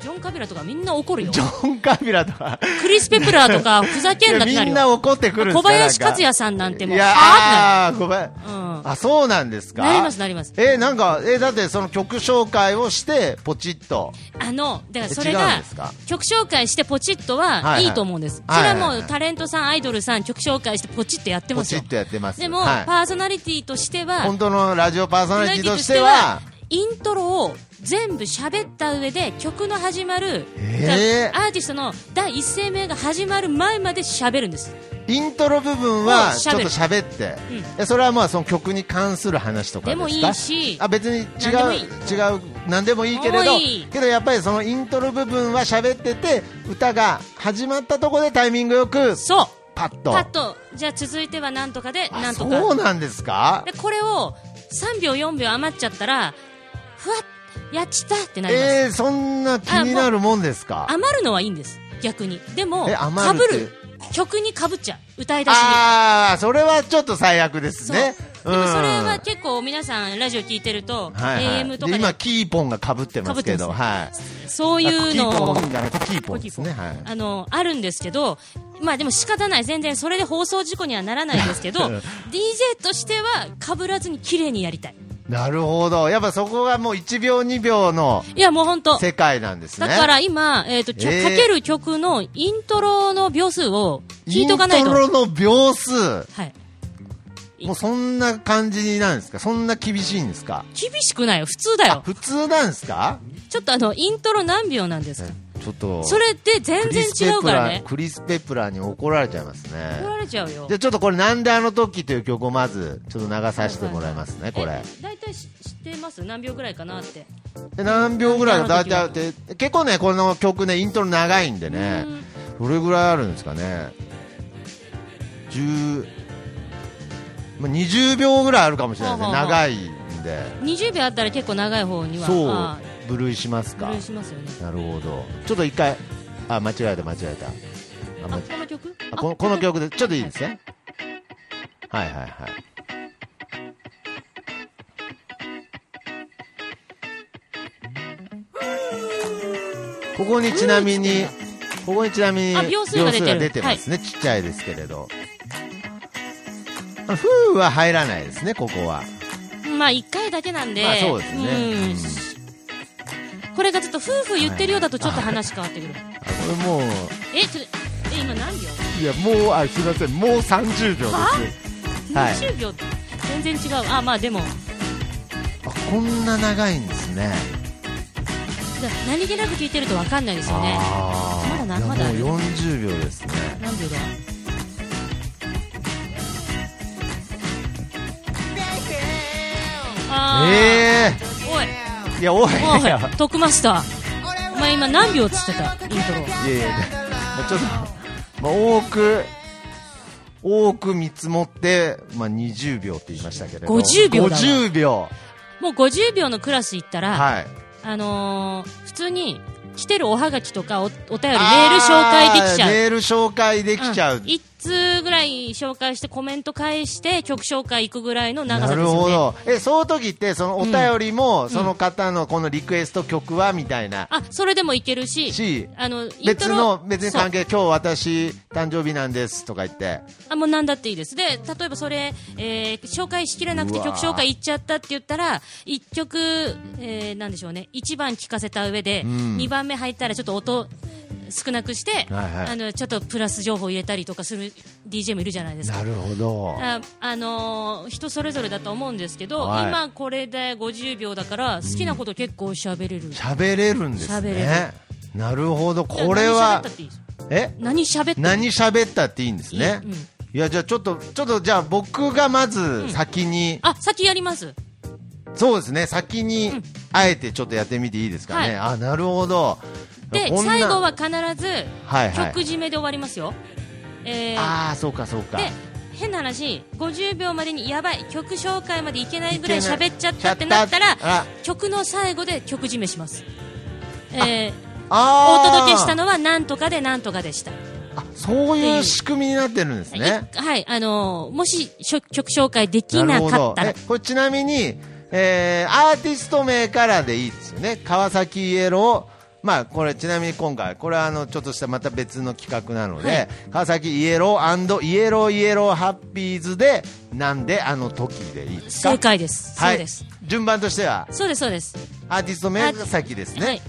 S3: ジョン・カビラとかみんな怒るよ。
S2: ジョン・カビラとか
S3: クリス・ペプラーとかふざけんなって
S2: いや
S3: なる
S2: みん
S3: よ。
S2: な怒ってくるんですか
S3: 小林
S2: なんか
S3: 克也さんなんてもう
S2: いや
S3: は
S2: あー小林
S3: うん
S2: あそうなんですか
S3: なりますなります
S2: えなんかえだってその曲紹介をしてポチッと
S3: あのだからそれ
S2: え違うん
S3: が
S2: ですか
S3: 曲紹介してポチッと
S2: いは
S3: はいいいと思うんです、
S2: はいはいはい
S3: それはもうタレントさんアイドルさん曲紹介してポチッとやって
S2: ポ
S3: ます
S2: チ
S3: よ
S2: ッとやってます
S3: でも、
S2: はい
S3: パーソナリティとしては
S2: 本当のラジオパーソナリティとしては
S3: イントロを全部喋った上で曲の始まる、
S2: へー
S3: アーティストの第一声目が始まる前まで喋るんです
S2: イントロ部分は
S3: うん
S2: ち
S3: 喋
S2: ょっ
S3: る
S2: と喋って、
S3: うん
S2: えそれはまあその曲に関する話とかですか
S3: でもいいし
S2: あ別に違う
S3: 何でもいい
S2: 違う何でもいいけれど
S3: もういい
S2: けどやっぱりそのイントロ部分は喋ってて歌が始まったところでタイミングよく
S3: そう
S2: パッと
S3: パッとじゃあ続いてはなんとかで
S2: あ
S3: なんとか
S2: そうなんですか
S3: でこれを3秒4秒余っちゃったらふわっやっちったってなります、
S2: えー、そんな気になるもんですか
S3: 余るのはいいんです逆にでも
S2: え
S3: か
S2: 余
S3: ぶ
S2: るって
S3: る曲にかぶっちゃう歌い出しに
S2: ああーそれはちょっと最悪です
S3: そう、
S2: ね
S3: でもそれは結構皆さんラジオ聞いてると、
S2: はいはい
S3: AM とか
S2: で今
S3: で
S2: キーポンがかぶってますけど
S3: 被って
S2: はい
S3: そういうの
S2: あ
S3: を
S2: キーポンじゃなくてキーポンですねはい
S3: あのあるんですけどまあでも仕方ない全然それで放送事故にはならないですけど DJ としてはかぶらずに綺麗にやりたい
S2: なるほどやっぱそこがもう1秒2秒の
S3: いやもう本当
S2: 世界なんですね
S3: だから今、えっときょ
S2: えー
S3: かける曲のイントロの秒数を聞
S2: イ
S3: い
S2: ン
S3: と
S2: ト
S3: かないと。
S2: ロの秒数
S3: はい、
S2: もうそんな感じなんですかそんな厳しいんですか
S3: 厳しくないよ、普通だよ。
S2: 普通なんですか
S3: ちょっとあの、イントロ何秒なんですか
S2: ちょっと
S3: それって全然違うからね。
S2: クリス・ペプラーに怒られちゃいますね
S3: 怒られちゃうよ
S2: じゃ。あちょっとこれ「なんであの時」という曲をまずちょっと流させてもらいますねこれ
S3: え。大体し知ってます何秒ぐらいかなって。
S2: で何秒ぐらいの
S3: なん
S2: 大
S3: であの
S2: 体で結構ねこの曲ねイントロ長いんでねどれぐらいあるんですかね10まあ20秒ぐらいあるかもしれないですね
S3: はあはあ
S2: 長いんで
S3: 20秒あったら結構長い方には、
S2: そ
S3: あ
S2: う部類します
S3: ーブ
S2: か
S3: ルーしますよね。
S2: なるほどちょっと一回あ間違えた間違えたあ間
S3: あ、
S2: 違
S3: この曲
S2: あこのこの曲でちょっといいですねはいはいはいここにちなみにここにちなみに
S3: あ秒数が出て
S2: 秒
S3: る
S2: ますね、ちっちゃいですけれどあふーは入らないですねここは
S3: まあ1回だけなんで。
S2: まあそうですね
S3: うんこれがちょっと夫婦言ってるようだとちょっと話変わってくる。
S2: あこれもう
S3: え、ちょっと、え、今何秒
S2: いやもうあすいませんもう30秒ですはい
S3: 20秒って全然違う、あまあでも
S2: あこんな長いんですね
S3: だ何気なく聞いてると分かんないですよね
S2: あー
S3: まだない
S2: や
S3: まだある
S2: もう40秒ですね
S3: 何秒だあー
S2: ええ
S3: おい
S2: いやおい
S3: おい
S2: いや
S3: 徳マスターお前今何秒っつってたイント
S2: いやいや、まあちょっと、まあ、多く、多く見積もって、まあ、20秒って言いましたけれど。
S3: 50秒だわ
S2: 50秒。
S3: ロもう50秒のクラス行ったら、
S2: はい。
S3: あのー普通に来てるおはがきとかおお便りメール紹介できち
S2: あー
S3: ゃう
S2: メール紹介できちゃう。
S3: 1通ぐらい紹介してコメント返して曲紹介行くぐらいの長
S2: な
S3: さです
S2: る
S3: よね
S2: ほど。え、その時って、そのお便りも、その方のこのリクエスト曲は、みたいな。
S3: あそれでもいけるし
S2: し
S3: あのイントロ
S2: 別の、別に関
S3: そう
S2: 係、今日私、誕生日なんですとか言って。
S3: あもう何だっていいですで例えばそれ、えー紹介しきれなくて
S2: うわ
S3: 曲紹介いっちゃったって言ったら一曲、えーなんでしょうね1番聞かせた上で、二2番目入ったらちょっと音少なくして、
S2: はいはい
S3: あのちょっとプラス情報入れたりとかする DJ もいるじゃないですか
S2: なるほど。
S3: ああのー人それぞれだと思うんですけど、
S2: はい
S3: 今これで50秒だから好きなこと結構喋れる、
S2: 喋れるんです
S3: 喋
S2: ね
S3: れ。
S2: なるほど。これは
S3: 何喋ったっていいです
S2: え
S3: 何喋って
S2: 何喋ったっていいんですね
S3: いいうん。
S2: いやじゃあちょっとちょっとじゃあ僕がまず先に、
S3: あ先やります
S2: そうですね先に
S3: うん
S2: あえてちょっとやってみていいですかね。
S3: はい
S2: あなるほど。
S3: で
S2: こんな
S3: 最後は必ず
S2: はいはい
S3: 曲。締めで終わりますよ、えー
S2: ああそうかそうか。
S3: で変な話50秒までにやばい曲紹介までいけないぐらい喋っちゃったってなった
S2: いけないあ
S3: ら曲の最後で曲締めします、えー
S2: あ
S3: お
S2: ー
S3: 届けしたのはなんとかでなんとかでした
S2: あそういう仕組みになってるんですね。
S3: いはい、あのーもししょ曲紹介でき
S2: な
S3: な
S2: るほ
S3: か
S2: ど
S3: ったら
S2: え、これちなみに、えーアーティスト名からでいいですよね川崎イエローまあこれちなみに今回これはあのちょっとしたまた別の企画なので、
S3: はい
S2: 川崎イエローイエローイエローハッピーズでなんであの時でいいですか
S3: 正解です、
S2: はい
S3: そうです
S2: 順番としては
S3: そうですそうです、
S2: アーティスト名が先です
S3: は
S2: ね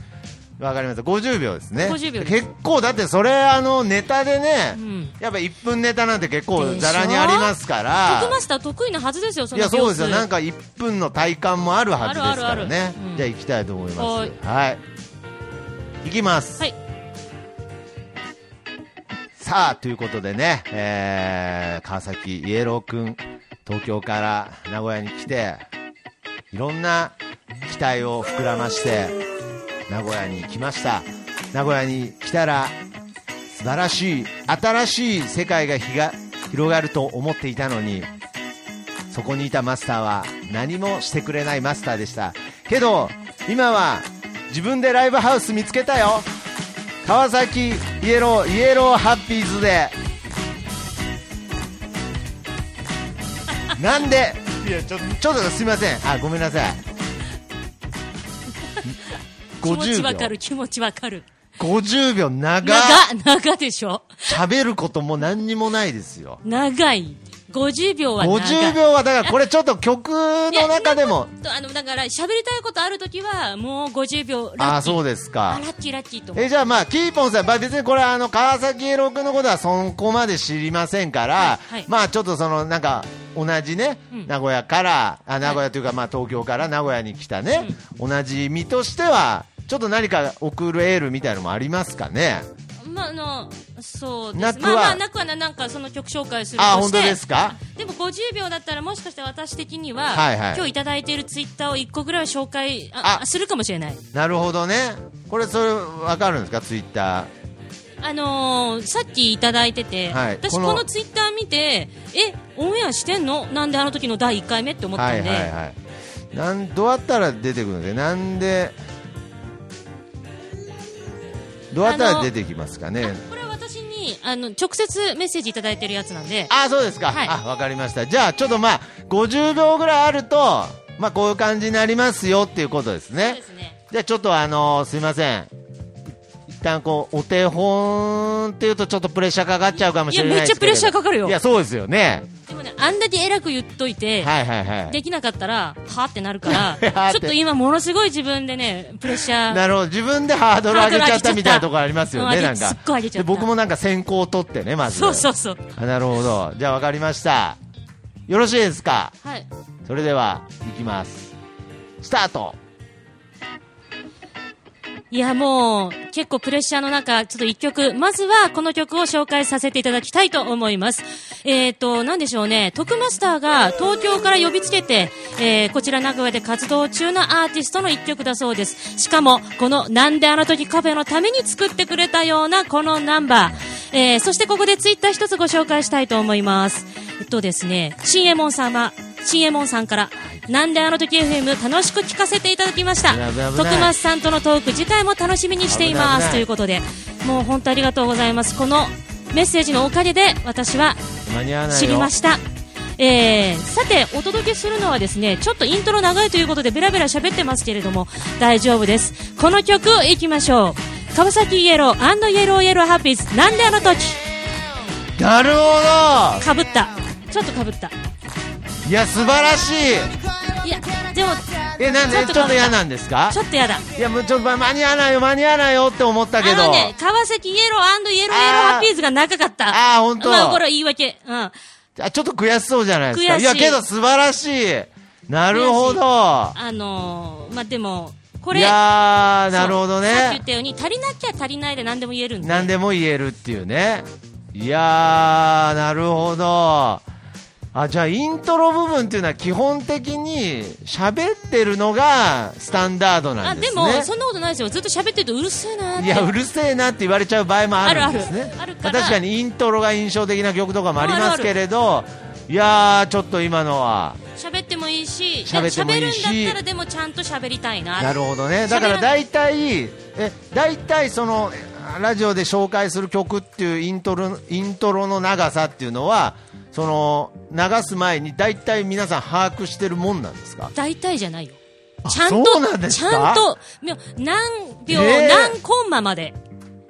S3: い
S2: わ、かりました50秒ですね
S3: 50秒です
S2: 結構だってそれあのネタでね、
S3: ん
S2: やっぱ1分ネタなんて結構
S3: でしょ
S2: ざらにありますから
S3: 曲マスター得意なはずですよそ
S2: い
S3: の
S2: やそうですよ、
S3: 秒数
S2: なんか1分の体感もあるはずですからね、
S3: あるあるあるうん
S2: じゃあ行きたいと思いま
S3: は
S2: す
S3: い、
S2: はい、行きます、
S3: はい
S2: さあということでね、えー川崎イエロー君、東京から名古屋に来て、いろんな期待を膨らまして、名古屋に来ました、名古屋に来たら、素晴らしい、新しい世界がひが広がると思っていたのに。そこにいたマスターは何もしてくれないマスターでしたけど今は自分でライブハウス見つけたよ川崎イエローイエローハッピーズ
S3: [LAUGHS]
S2: でなんでいやちょちょっとすみませんあごめんなさい
S3: [LAUGHS] 気持ちわ
S2: 50
S3: か
S2: 秒
S3: る気持ちわかる
S2: 50秒長
S3: 長長でしょ
S2: 喋ることも何にもないですよ
S3: 長い50秒は長い
S2: 50秒はだからこれちょっと曲
S3: いや
S2: の中でも
S3: そんなことあのだから喋りたいことあるときはもう50秒ラッキー
S2: ああそうですか
S3: あラッキーラッキーと思う
S2: えじゃあまあキーポンさん、まあ、別にこれはあの川崎栄郎君のことはそこまで知りませんから、
S3: いはい
S2: まあちょっとそのなんか同じね、
S3: うん
S2: 名古屋からあ名古屋というかまあ東京から名古屋に来たね、同じ身としてはちょっと何か送るエールみたいなのもありますかね
S3: まああのそうで
S2: な
S3: す
S2: く
S3: ま
S2: は
S3: あまあなくはななんかその曲紹介するとして
S2: あ本当ですか
S3: でも50秒だったらもしかして私的には、
S2: はいはい
S3: 今日いただいているツイッターを1個ぐらいは紹介あ
S2: あ
S3: するかもしれない
S2: なるほどねこれそれわかるんですかツイッタ
S3: あのーさっきいただいてて、
S2: はい
S3: 私
S2: こ
S3: こ
S2: の
S3: のツイッター見てえオンエアしてんのなんであの時の第1回目って思
S2: ー
S3: った
S2: はい
S3: んで、
S2: はいはいなんどうやったら出てくるんですかなんでどうやったら出てきますかね
S3: これは私にあの直接メッセージいただいてるやつなんで
S2: あそうですか、
S3: はい
S2: あわかりましたじゃあちょっとまあ50秒ぐらいあるとまあこういう感じになりますよっていうことです
S3: そう
S2: ね
S3: ですね
S2: じゃあちょっとあのーすいません一旦こうお手本っていうとちょっとプレッシャーかかっちゃうかもしれない
S3: いやめっちゃプレッシャー
S2: か
S3: かかるよ
S2: いやそうですよね
S3: でもねあんだけ偉く言っといて、
S2: はいはいはい
S3: できなかったらはーってなる
S2: [LAUGHS]
S3: か
S2: はーっ
S3: ら
S2: て
S3: ちょっと今ものすごい自分でねプレッシャー
S2: なるほど自分でハードル上げちゃったみたいなところありますよね
S3: うん
S2: なん
S3: 上げ
S2: か
S3: すっごい上げちゃ
S2: で
S3: った
S2: 僕もなんか先行取ってねまず
S3: そうそうそう
S2: あなるほどじゃあわかりましたよろしいですか
S3: はい
S2: それではいきますスタート
S3: いやもう結構プレッシャーの中ちょっと一曲まずはこの曲を紹介させていただきたいと思いますえっ、ー、となんでしょうね徳マスターが東京から呼びつけて、えーこちら名古屋で活動中のアーティストの一曲だそうですしかもこのなんであの時カフェのために作ってくれたようなこのナンバー、えーそしてここでツイッター一つご紹介したいと思いますえっとですね新右衛門様新右衛門さんからなんであの時 FM 楽しく聞かせていただきました
S2: 危ない危ない
S3: 徳マスさんとのトーク次回も楽しみにしてい
S2: 危
S3: ま
S2: ない危ない
S3: すということでもう本当ありがとうございますこのメッセージのおかげで私は
S2: 間に合わないよ
S3: 知りましたえー、さてお届けするのはですねちょっとイントロ長いということでベラベラ喋ってますけれども大丈夫ですこの曲いきましょう川崎イエローイエローイエローハッピーズなんであの時
S2: なるほど
S3: かぶったちょっとかぶった
S2: いや素晴らしい
S3: いやでも、
S2: え、なんで、ちょっと嫌なんですか
S3: ちょっとやだ。
S2: いや、もうちょっとま間に合わないよ、間に合わないよって思ったけ
S3: あ
S2: ど。
S3: のね、川崎イエローイエローイエローハッピーズが長かった。
S2: あーほんと
S3: まあ、これは言い訳。うん。
S2: あちょっと悔しそうじゃないですか。
S3: 悔しい
S2: や、けど素晴らしい。なるほど。
S3: あのー、まあ、でも、これ、
S2: いやー、なるほど
S3: そうさっき言
S2: ね
S3: っ。たように、足りなきゃ足りないで何でも言えるんで。
S2: 何でも言えるっていうね。いやー、なるほど。あ、じゃあ、イントロ部分っていうのは基本的に喋ってるのがスタンダードな
S3: あ、
S2: んで
S3: です
S2: ね。
S3: も、そんなことないですよ。ずっと喋ってるとうるせえなーって。
S2: いや、うるせえなって言われちゃう場合もあるんです
S3: ある
S2: ね。
S3: あるある
S2: ま
S3: か
S2: あ
S3: ら
S2: 確かにイントロが印象的な曲とかもありますけれど、いやー、ちょっと今のは。
S3: 喋ってもいいし、
S2: 喋ってもいいし
S3: で喋るんだったらでもちゃんと喋りたいな。
S2: なるほどね。だから大体、え、大体その、ラジオで紹介する曲っていうイントロ、イントロの長さっていうのは、その、流す前に大体皆さん把握してるもんなんですか
S3: 大体じゃないよ。
S2: あ
S3: ちゃん
S2: そうなんで
S3: と、
S2: す
S3: ち
S2: か
S3: ゃんと、みょ何秒、
S2: えー
S3: 何コンマまで。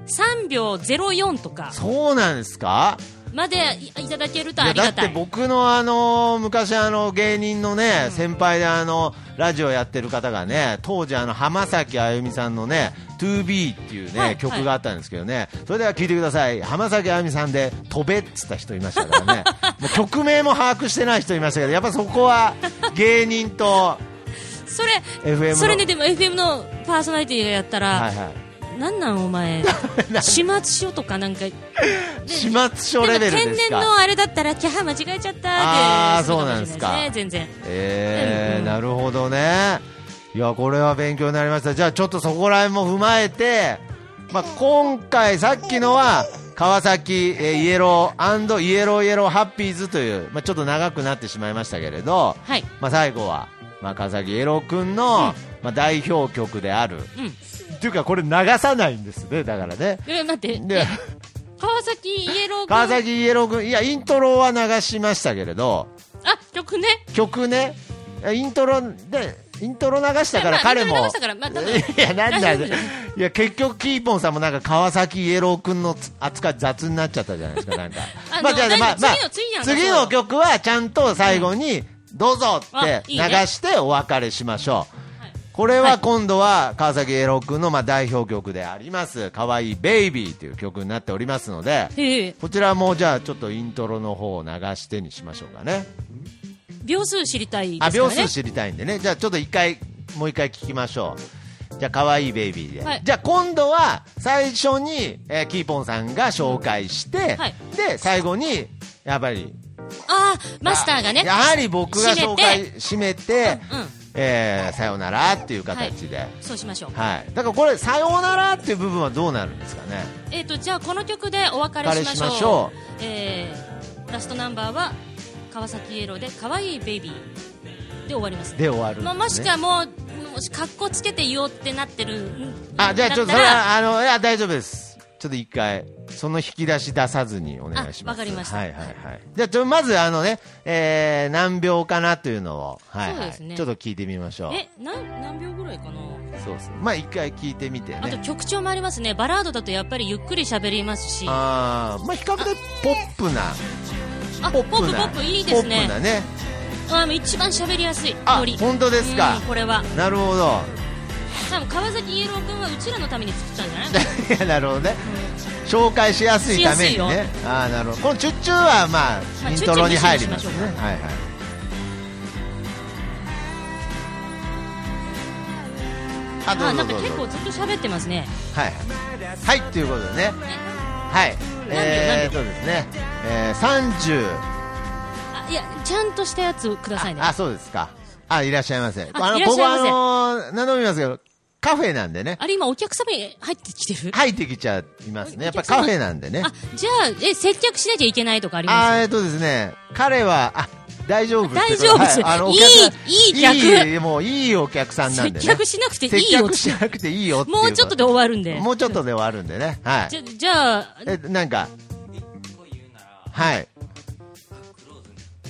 S3: 3秒04とか
S2: そうなんですか
S3: までいいただけると
S2: い
S3: あ
S2: や
S3: り
S2: だ
S3: が
S2: って
S3: たい。
S2: 僕のあの昔あの芸人のね、先輩であのラジオやってる方がね当時あの浜崎あゆみさんのね 2B っていうね、
S3: はい
S2: 曲があったんですけどねそれでは聞いてください浜崎あゆみさんで飛べっつった人いましたから
S3: [LAUGHS]
S2: ねもう曲名も把握してない人いましたけどやっぱそこは芸人
S3: [LAUGHS]
S2: と
S3: それ、
S2: FM の
S3: それね、でも FM のパーソナリティがやったら、
S2: はいは
S3: なんなん
S2: [LAUGHS]
S3: お前始末しようとかなんかで
S2: い始末書レベルで
S3: も
S2: す
S3: 天然の
S2: か
S3: あれだったらキャハ間違えちゃったって
S2: あー
S3: るもし
S2: そう
S3: れいね
S2: なんですか
S3: 全然
S2: えー
S3: うん
S2: なるほどねいやこれは勉強になりましたじゃあちょっとそこら辺も踏まえて、まあ、今回さっきのは川崎、えーイエローイエローイエローハッピーズという、まあ、ちょっと長くなってしまいましたけれど、
S3: はい
S2: まあ、最後は、まあ、川崎イエロー君の、まあ、代表曲である、っていうかこれ流さないんですねだからね
S3: え待って
S2: で
S3: え川崎イエロー君
S2: 川崎イエロー君いやイントロは流しましたけれど
S3: あ曲ね
S2: 曲ねイントロでイントロ流したから
S3: いやまあ
S2: 彼も、
S3: イントロ流したからまあ多分
S2: いやなんだ
S3: 大
S2: よ
S3: 丈夫だよ
S2: いや結局キーポンさんもなんか川崎イエロー君の扱い雑になっちゃったじゃないですかなんか
S3: あ
S2: まあじ
S3: でも
S2: ゃあ
S3: 大丈夫
S2: まあまあ
S3: 次の次なんだ
S2: 次の曲はちゃんと最後にどうぞって
S3: あ
S2: 流
S3: いいね
S2: してお別れしましょう
S3: はい
S2: これ
S3: は
S2: はい今度は川崎イエロー君のまあ代表曲であります「かわいいベイビー」という曲になっておりますので
S3: ええ
S2: こちらもじゃあちょっとイントロの方を流してにしましょうかね
S3: 秒数知りたいで
S2: あ
S3: すから
S2: 秒
S3: ね
S2: 数知りたいんでねじゃあちょっと一回もう一回聞きましょうじゃあ可愛いベイビーで、
S3: はい
S2: じゃあ今度は最初に、えーキーポンさんが紹介して、
S3: はい
S2: で最後にやっぱり
S3: あーマスターがね
S2: やはり僕が紹介締めて
S3: うんうん
S2: えーさよならっていう形で、はい
S3: そうしましょう
S2: だからこれさよならっていう部分はどうなるんですかね
S3: えっ、とじゃあこの曲でお別れしましょう
S2: お別れしましょ
S3: えーラストナンバーは川崎イエローで可愛いベイビーで終わります
S2: で終わるんです、ね
S3: まあ、もしかもうもしかっこつけて言おうってなってる
S2: あじゃあちょっとそ
S3: だ
S2: れ
S3: たら
S2: はあのいや大丈夫ですちょっと一回その引き出し出さずにお願いします
S3: あわかりました
S2: はいはいはいじゃあちょまずあのね、えー、何秒かなというのをはい、はい
S3: そうですね
S2: ちょっと聞いてみましょう
S3: えなん何秒ぐらいかな
S2: そうですねまあ一回聞いてみて
S3: あと
S2: ね
S3: 曲調もありますねバラードだとやっぱりゆっくり喋りますしあ
S2: あーまあ比較的ポップな
S3: ポップポップいいです
S2: ポッ
S3: ね
S2: プなね
S3: あー一番喋りやすい
S2: あ
S3: ノリ
S2: 本当ですか
S3: うんこれは
S2: なるほど
S3: 多分川崎イエロー君はうちらのために作ったんじゃな
S2: [LAUGHS]
S3: い
S2: いやなるほどね紹介しやすいために
S3: しやすい
S2: ねああなるほどこのチュッチュはまあ、
S3: まあ
S2: イントロに入りますね
S3: チュッチュにしましょうか
S2: はいはいあどう
S3: あ
S2: ぞ
S3: なんか
S2: どうぞ
S3: 結構ずっと喋ってますね
S2: はいはいはいということでねはいえー、そうですねえー、30
S3: あいやちゃんとしたやつくださいね
S2: ああそうですかあいらっしゃいませ
S3: あ
S2: の
S3: いらっしゃいませ
S2: ここあの何度も言いますけどカフェなんでね
S3: あれ今お客様に入ってきてる、
S2: 入ってきちゃいますねやっぱカフェなんでね
S3: あじゃあえ接客しなきゃいけないとかあります
S2: あーえっとですね、彼は、あ、大丈夫ってこと
S3: 大丈夫です
S2: あの
S3: いい
S2: お客さん
S3: いい客
S2: いいもういいお客さんなんでね。
S3: 接客しなくていいよ
S2: 接客しなくていいよっていう
S3: もうちょっとで終わるんで
S2: もうちょっとで終わるんでね。は
S3: じ
S2: い。
S3: ゃじゃあ
S2: え、なんか、はい。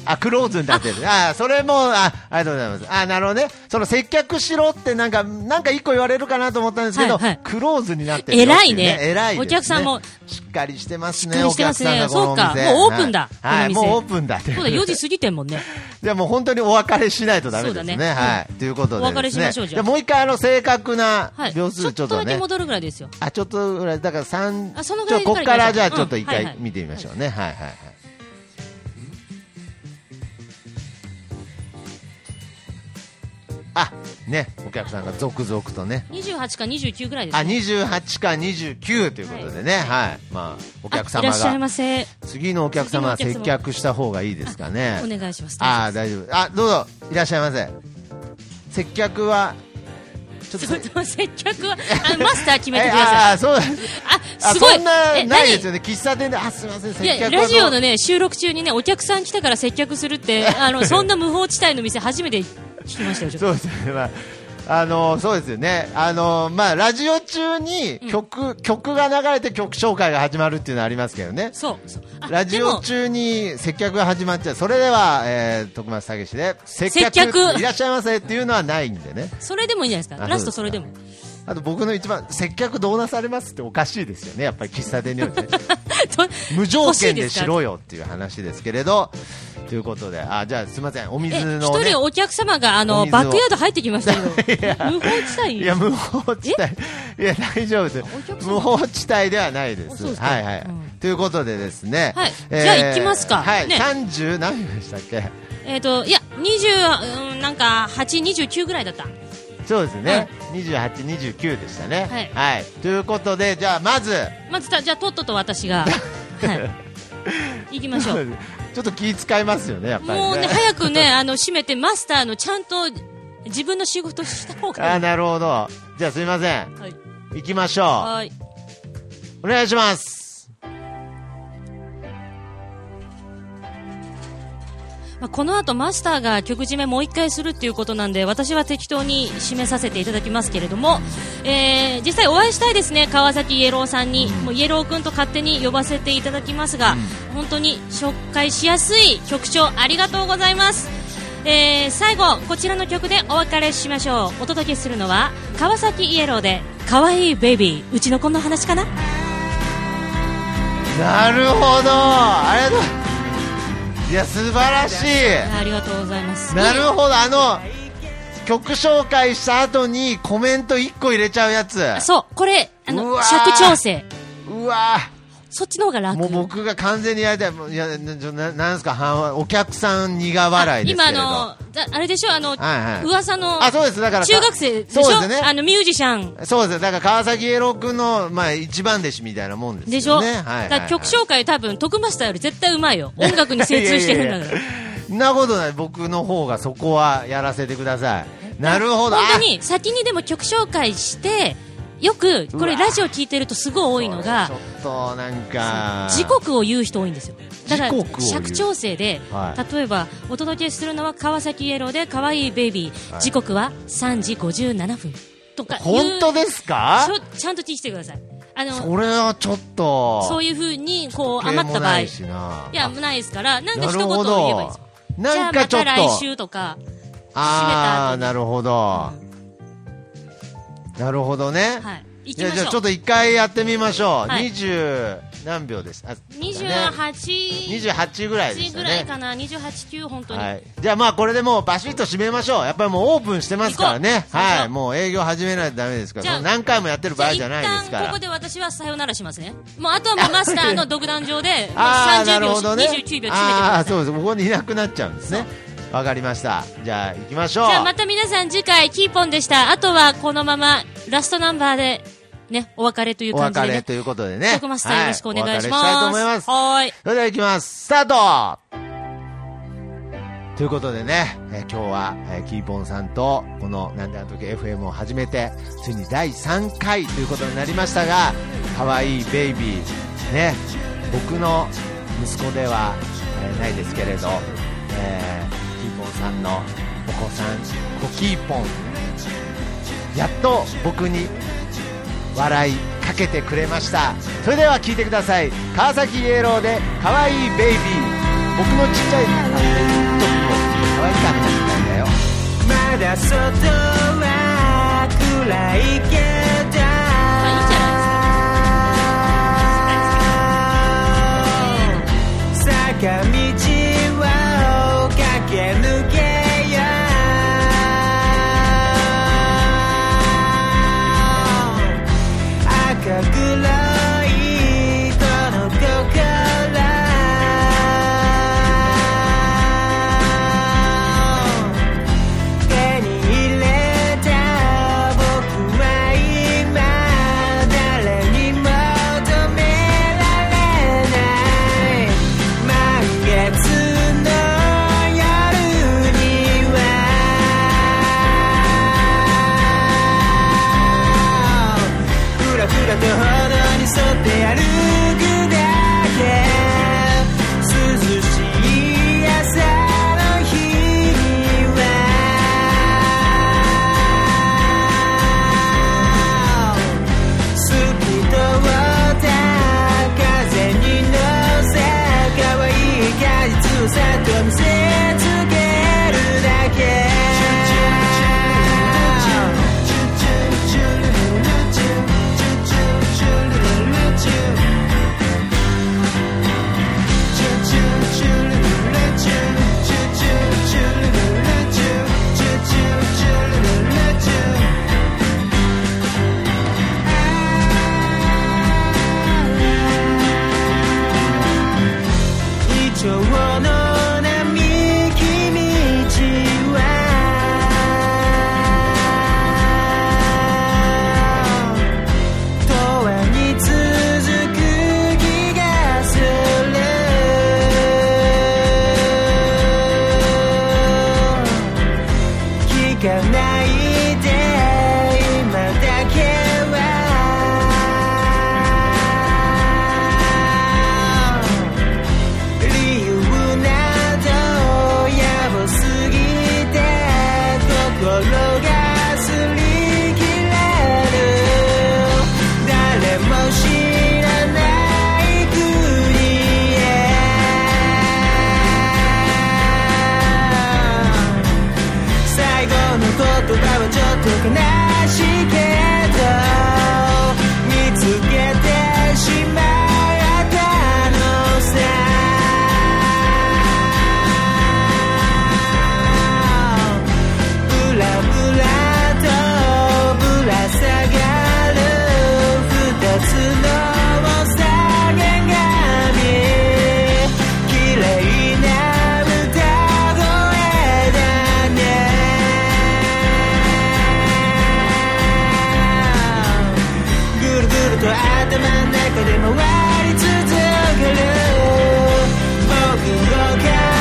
S2: あ、クローズになってる。あ、それも、あ、ありがとうございます。あ、なるほどね。その接客しろってなんか、なんか一個言われるかなと思ったんですけど、
S3: はいはい
S2: クローズになってるよってう、
S3: 偉いね
S2: 偉いですね。
S3: お客さんも
S2: しっかりしてます
S3: しっ
S2: ね。
S3: か
S2: お
S3: りしてま
S2: 客
S3: す
S2: さん
S3: ね
S2: がこのお店
S3: そうかもうオープンだ
S2: はいはい
S3: この店
S2: もうオープンだ。とい
S3: そう
S2: こ
S3: だ、
S2: とで
S3: 4時過ぎて
S2: [LAUGHS]
S3: んもんね。
S2: じゃあもう本当にお別れしないとダメです
S3: そ
S2: ね。
S3: うだね
S2: はい。ということでです、ね。
S3: お別れしましょうじゃあ
S2: もう一回あの正確な
S3: はい。
S2: 秒数ちょっと
S3: だけ
S2: ね。
S3: 戻るぐらいですよ。
S2: あ、ちょっとぐらい、だから三、
S3: あそのぐらい
S2: ちょこっからじゃあ
S3: うん
S2: ちょっと一
S3: はいは
S2: 回
S3: い
S2: 見てみましょうね。はいはいはい。あ、ね、お客さんが続々とね。
S3: 28か29ぐらいです
S2: あ、
S3: ね。
S2: 28か29ということでね。はい。まあ、お客
S3: あい
S2: 様
S3: らっしゃい
S2: が。
S3: ませ。
S2: 次のお客様は
S3: 次の
S2: 接
S3: お客様
S2: 客した方がいいですかね。
S3: お願いします。
S2: ああ大丈夫あどうぞいらっしゃいませ接客はちょっ
S3: ち
S2: と
S3: ょっ [LAUGHS] と接客は、あのマスター決めて
S2: え
S3: ください。
S2: あーそう
S3: あ、
S2: あ
S3: すごい。
S2: そんな
S3: え
S2: ない
S3: 何
S2: ですよね喫茶店であすみません接
S3: い
S2: 客
S3: や
S2: は
S3: ラジオのね収録中にねお客さん来たから接客するっ
S2: [LAUGHS]
S3: てあのそんな無法地帯の店初めて聞きましたよちょっと
S2: そうですねまああのそうですよね、あのまあ、ラジオ中に曲,、曲が流れて曲紹介が始まるっていうのはありますけどね、
S3: そうそうあ
S2: ラジオ
S3: でも
S2: 中に接客が始まっちゃう、それでは、えー、徳松武史で接客
S3: 接客
S2: いらっしゃいませっていうのはないんでね、
S3: それでもいいんじゃないですか
S2: あ
S3: ラストそ
S2: そう
S3: れ
S2: で
S3: ですも [LAUGHS]
S2: あと僕の一番、接客どうなされますっておかしいですよね、やっぱり喫茶店において
S3: [LAUGHS]
S2: ね、
S3: と
S2: 無条件で
S3: 欲いすか
S2: しろよっていう話ですけれど、ということで、あじゃあすみません、お
S3: え
S2: 水の、
S3: 一
S2: ね
S3: 人、お客様があ
S2: お
S3: の
S2: 水を
S3: バックヤード入ってきましたけ
S2: [LAUGHS] いや
S3: ど無法地帯
S2: いや、無法地帯、いや、大丈夫で
S3: お客
S2: す、
S3: 様
S2: 無法地帯ではないで
S3: あそう
S2: す。
S3: ですか
S2: はいはい、
S3: うん
S2: ということでですね、
S3: はいじゃあ行きますか
S2: はい、
S3: ね
S2: 30何分でしたっけ、
S3: えっ、といや20うんなんか829ぐらいだった
S2: そうですね、28、29でしたね。
S3: はい
S2: はい、ということで、じゃあまず、
S3: まずたじゃあとっとと私
S2: [LAUGHS]
S3: がはい行きましょう
S2: ちょっと気遣いますよね、やっぱり
S3: もうね早くねあの閉めてマスターのちゃんと自分の仕事した方が
S2: あ
S3: いい
S2: なるほどじゃあすみません
S3: はい
S2: 行きましょ
S3: はい。
S2: うお願いします
S3: まあ、この後マスターが曲締めもう一回するっていうことなんで私は適当に締めさせていただきますけれども、えー実際お会いしたいですね川崎イエローさんに、もうイエロー君と勝手に呼ばせていただきますが、本当に紹介しやすい曲調ありがとうございます、えー最後こちらの曲でお別れしましょうお届けするのは川崎イエローで可愛いベイビーうちの子の話かな
S2: なるほどありがとういや素晴らしい
S3: ありがとうございます
S2: なるほどあの曲紹介した後にコメント1個入れちゃうやつ
S3: そうこれあ
S2: うわ
S3: の
S2: ー
S3: 尺調整
S2: うわ
S3: そっちの方が楽
S2: もう僕が完全にやりたいもういやなななんですか半笑お客さん苦笑いですけ
S3: 今あ
S2: れど
S3: のだあれでしょあの、
S2: はいはい
S3: 噂の
S2: あそうですだから
S3: 中学生でし
S2: そ
S3: ょ
S2: うですね
S3: あのミュージシャン
S2: そうですだから川崎エロ君の、まあ、一番弟子みたいなもんですよね
S3: でしょ、
S2: はいはいはい
S3: だから曲紹介多分徳マスターより絶対うま
S2: [LAUGHS]
S3: いよ音楽に精通してるん
S2: い
S3: だから
S2: やいやいやそんなことない僕の方がそこはやらせてくださいなるほど
S3: 本当に先にでも曲紹介してよくこれラジオ聞いてるとすごい多いの
S2: あ
S3: が
S2: ちょっとなんか
S3: 時刻を言う人多いんですよだから
S2: 時刻を言う
S3: 尺調整で、
S2: は
S3: 例えばお届けするのは川崎イエローで可愛いベイビー、
S2: はい
S3: 時刻は3時57分とかいう
S2: 本当ですか
S3: ちょちゃんと聞いてくださいあの
S2: それはちょっと
S3: そういうふうにこう
S2: 余
S3: 余った場合、
S2: い
S3: い
S2: しな
S3: や、ないですから、なんか
S2: な
S3: 一
S2: る
S3: 言言
S2: ほ
S3: えばいいで
S2: ど
S3: すよ。じゃ
S2: な
S3: あ
S2: んか
S3: ま
S2: ちょったと
S3: 来週とか、
S2: ああ
S3: 締めた後に
S2: なるほどなるほどね、
S3: はい。行
S2: じ
S3: き
S2: ゃあ
S3: ま
S2: じゃあ
S3: し
S2: ちょ
S3: ょ
S2: っ
S3: う。
S2: と一回やってみましょう、
S3: はい
S2: 20何秒ですあ
S3: 二十
S2: ね
S3: 八
S2: 28ぐらいでした
S3: ぐ
S2: ね
S3: らいかな、二十八九本当に。
S2: はい、じゃあまあこれでもうバシッと締めましょうやっぱりもうオープンしてますから
S3: 行
S2: ね
S3: こうそう
S2: は
S3: そ
S2: いうもう営業始めないとダメですか
S3: じゃ
S2: ら
S3: あ
S2: もう何回もやってる場合じゃないです
S3: じ
S2: か
S3: ゃあ一旦こ
S2: ら
S3: こで私はさよならしますね。もうあとはもうマスタ
S2: [LAUGHS]
S3: ーの独壇場で、もう
S2: ああな
S3: 30
S2: る
S3: 秒
S2: ほ
S3: し、
S2: どね
S3: 29秒詰めてくだ
S2: ああ
S3: さい。
S2: そうですここにいなくなっちゃうんですねわかりましたじゃあ行きましょう
S3: じゃあまた皆さん次回キーポンでした。あとはこのままラストナンバーでね、お別れという
S2: お
S3: 感じ
S2: 別
S3: で
S2: れ
S3: ね。
S2: ということでね
S3: 徳マスターよろしくお願いしま
S2: はお別れし
S3: す。
S2: たいと思います
S3: はーい。
S2: それでは行きますスタートということでね、えー今日は、えーキーポンさんとこの「なんであの時 FM」を始めてついに第3回ということになりましたが可愛いベイビーね僕の息子では、えーないですけれど、えーキーポンさんのお子さんコキーポンやっと僕に笑いかけてくれましたそれでは聞いてください川崎イエローで可愛いベイビー僕のちっちゃい
S4: まだ外は暗いけど
S3: まあいいじゃないですか。
S4: 坂道を駆け抜けよ赤黒いこの心手に入れた僕は今誰にも止められない満月の夜にはふらふらと炎に沿って歩くだけ涼しい朝の日には透き通った風に乗せ可愛い果実をさっと見せつけるだけ一丁の並木道は永遠に続く気がする聞かないで今だけは理由などやばすぎて心がすり切れる誰も知らない国へ最後の言葉はちょっと悲しいけど見つけてしまったのさブラブラとぶら下がる二つのおさげ髪綺麗な歌声だねぐるぐると頭の中で回り続ける僕を変え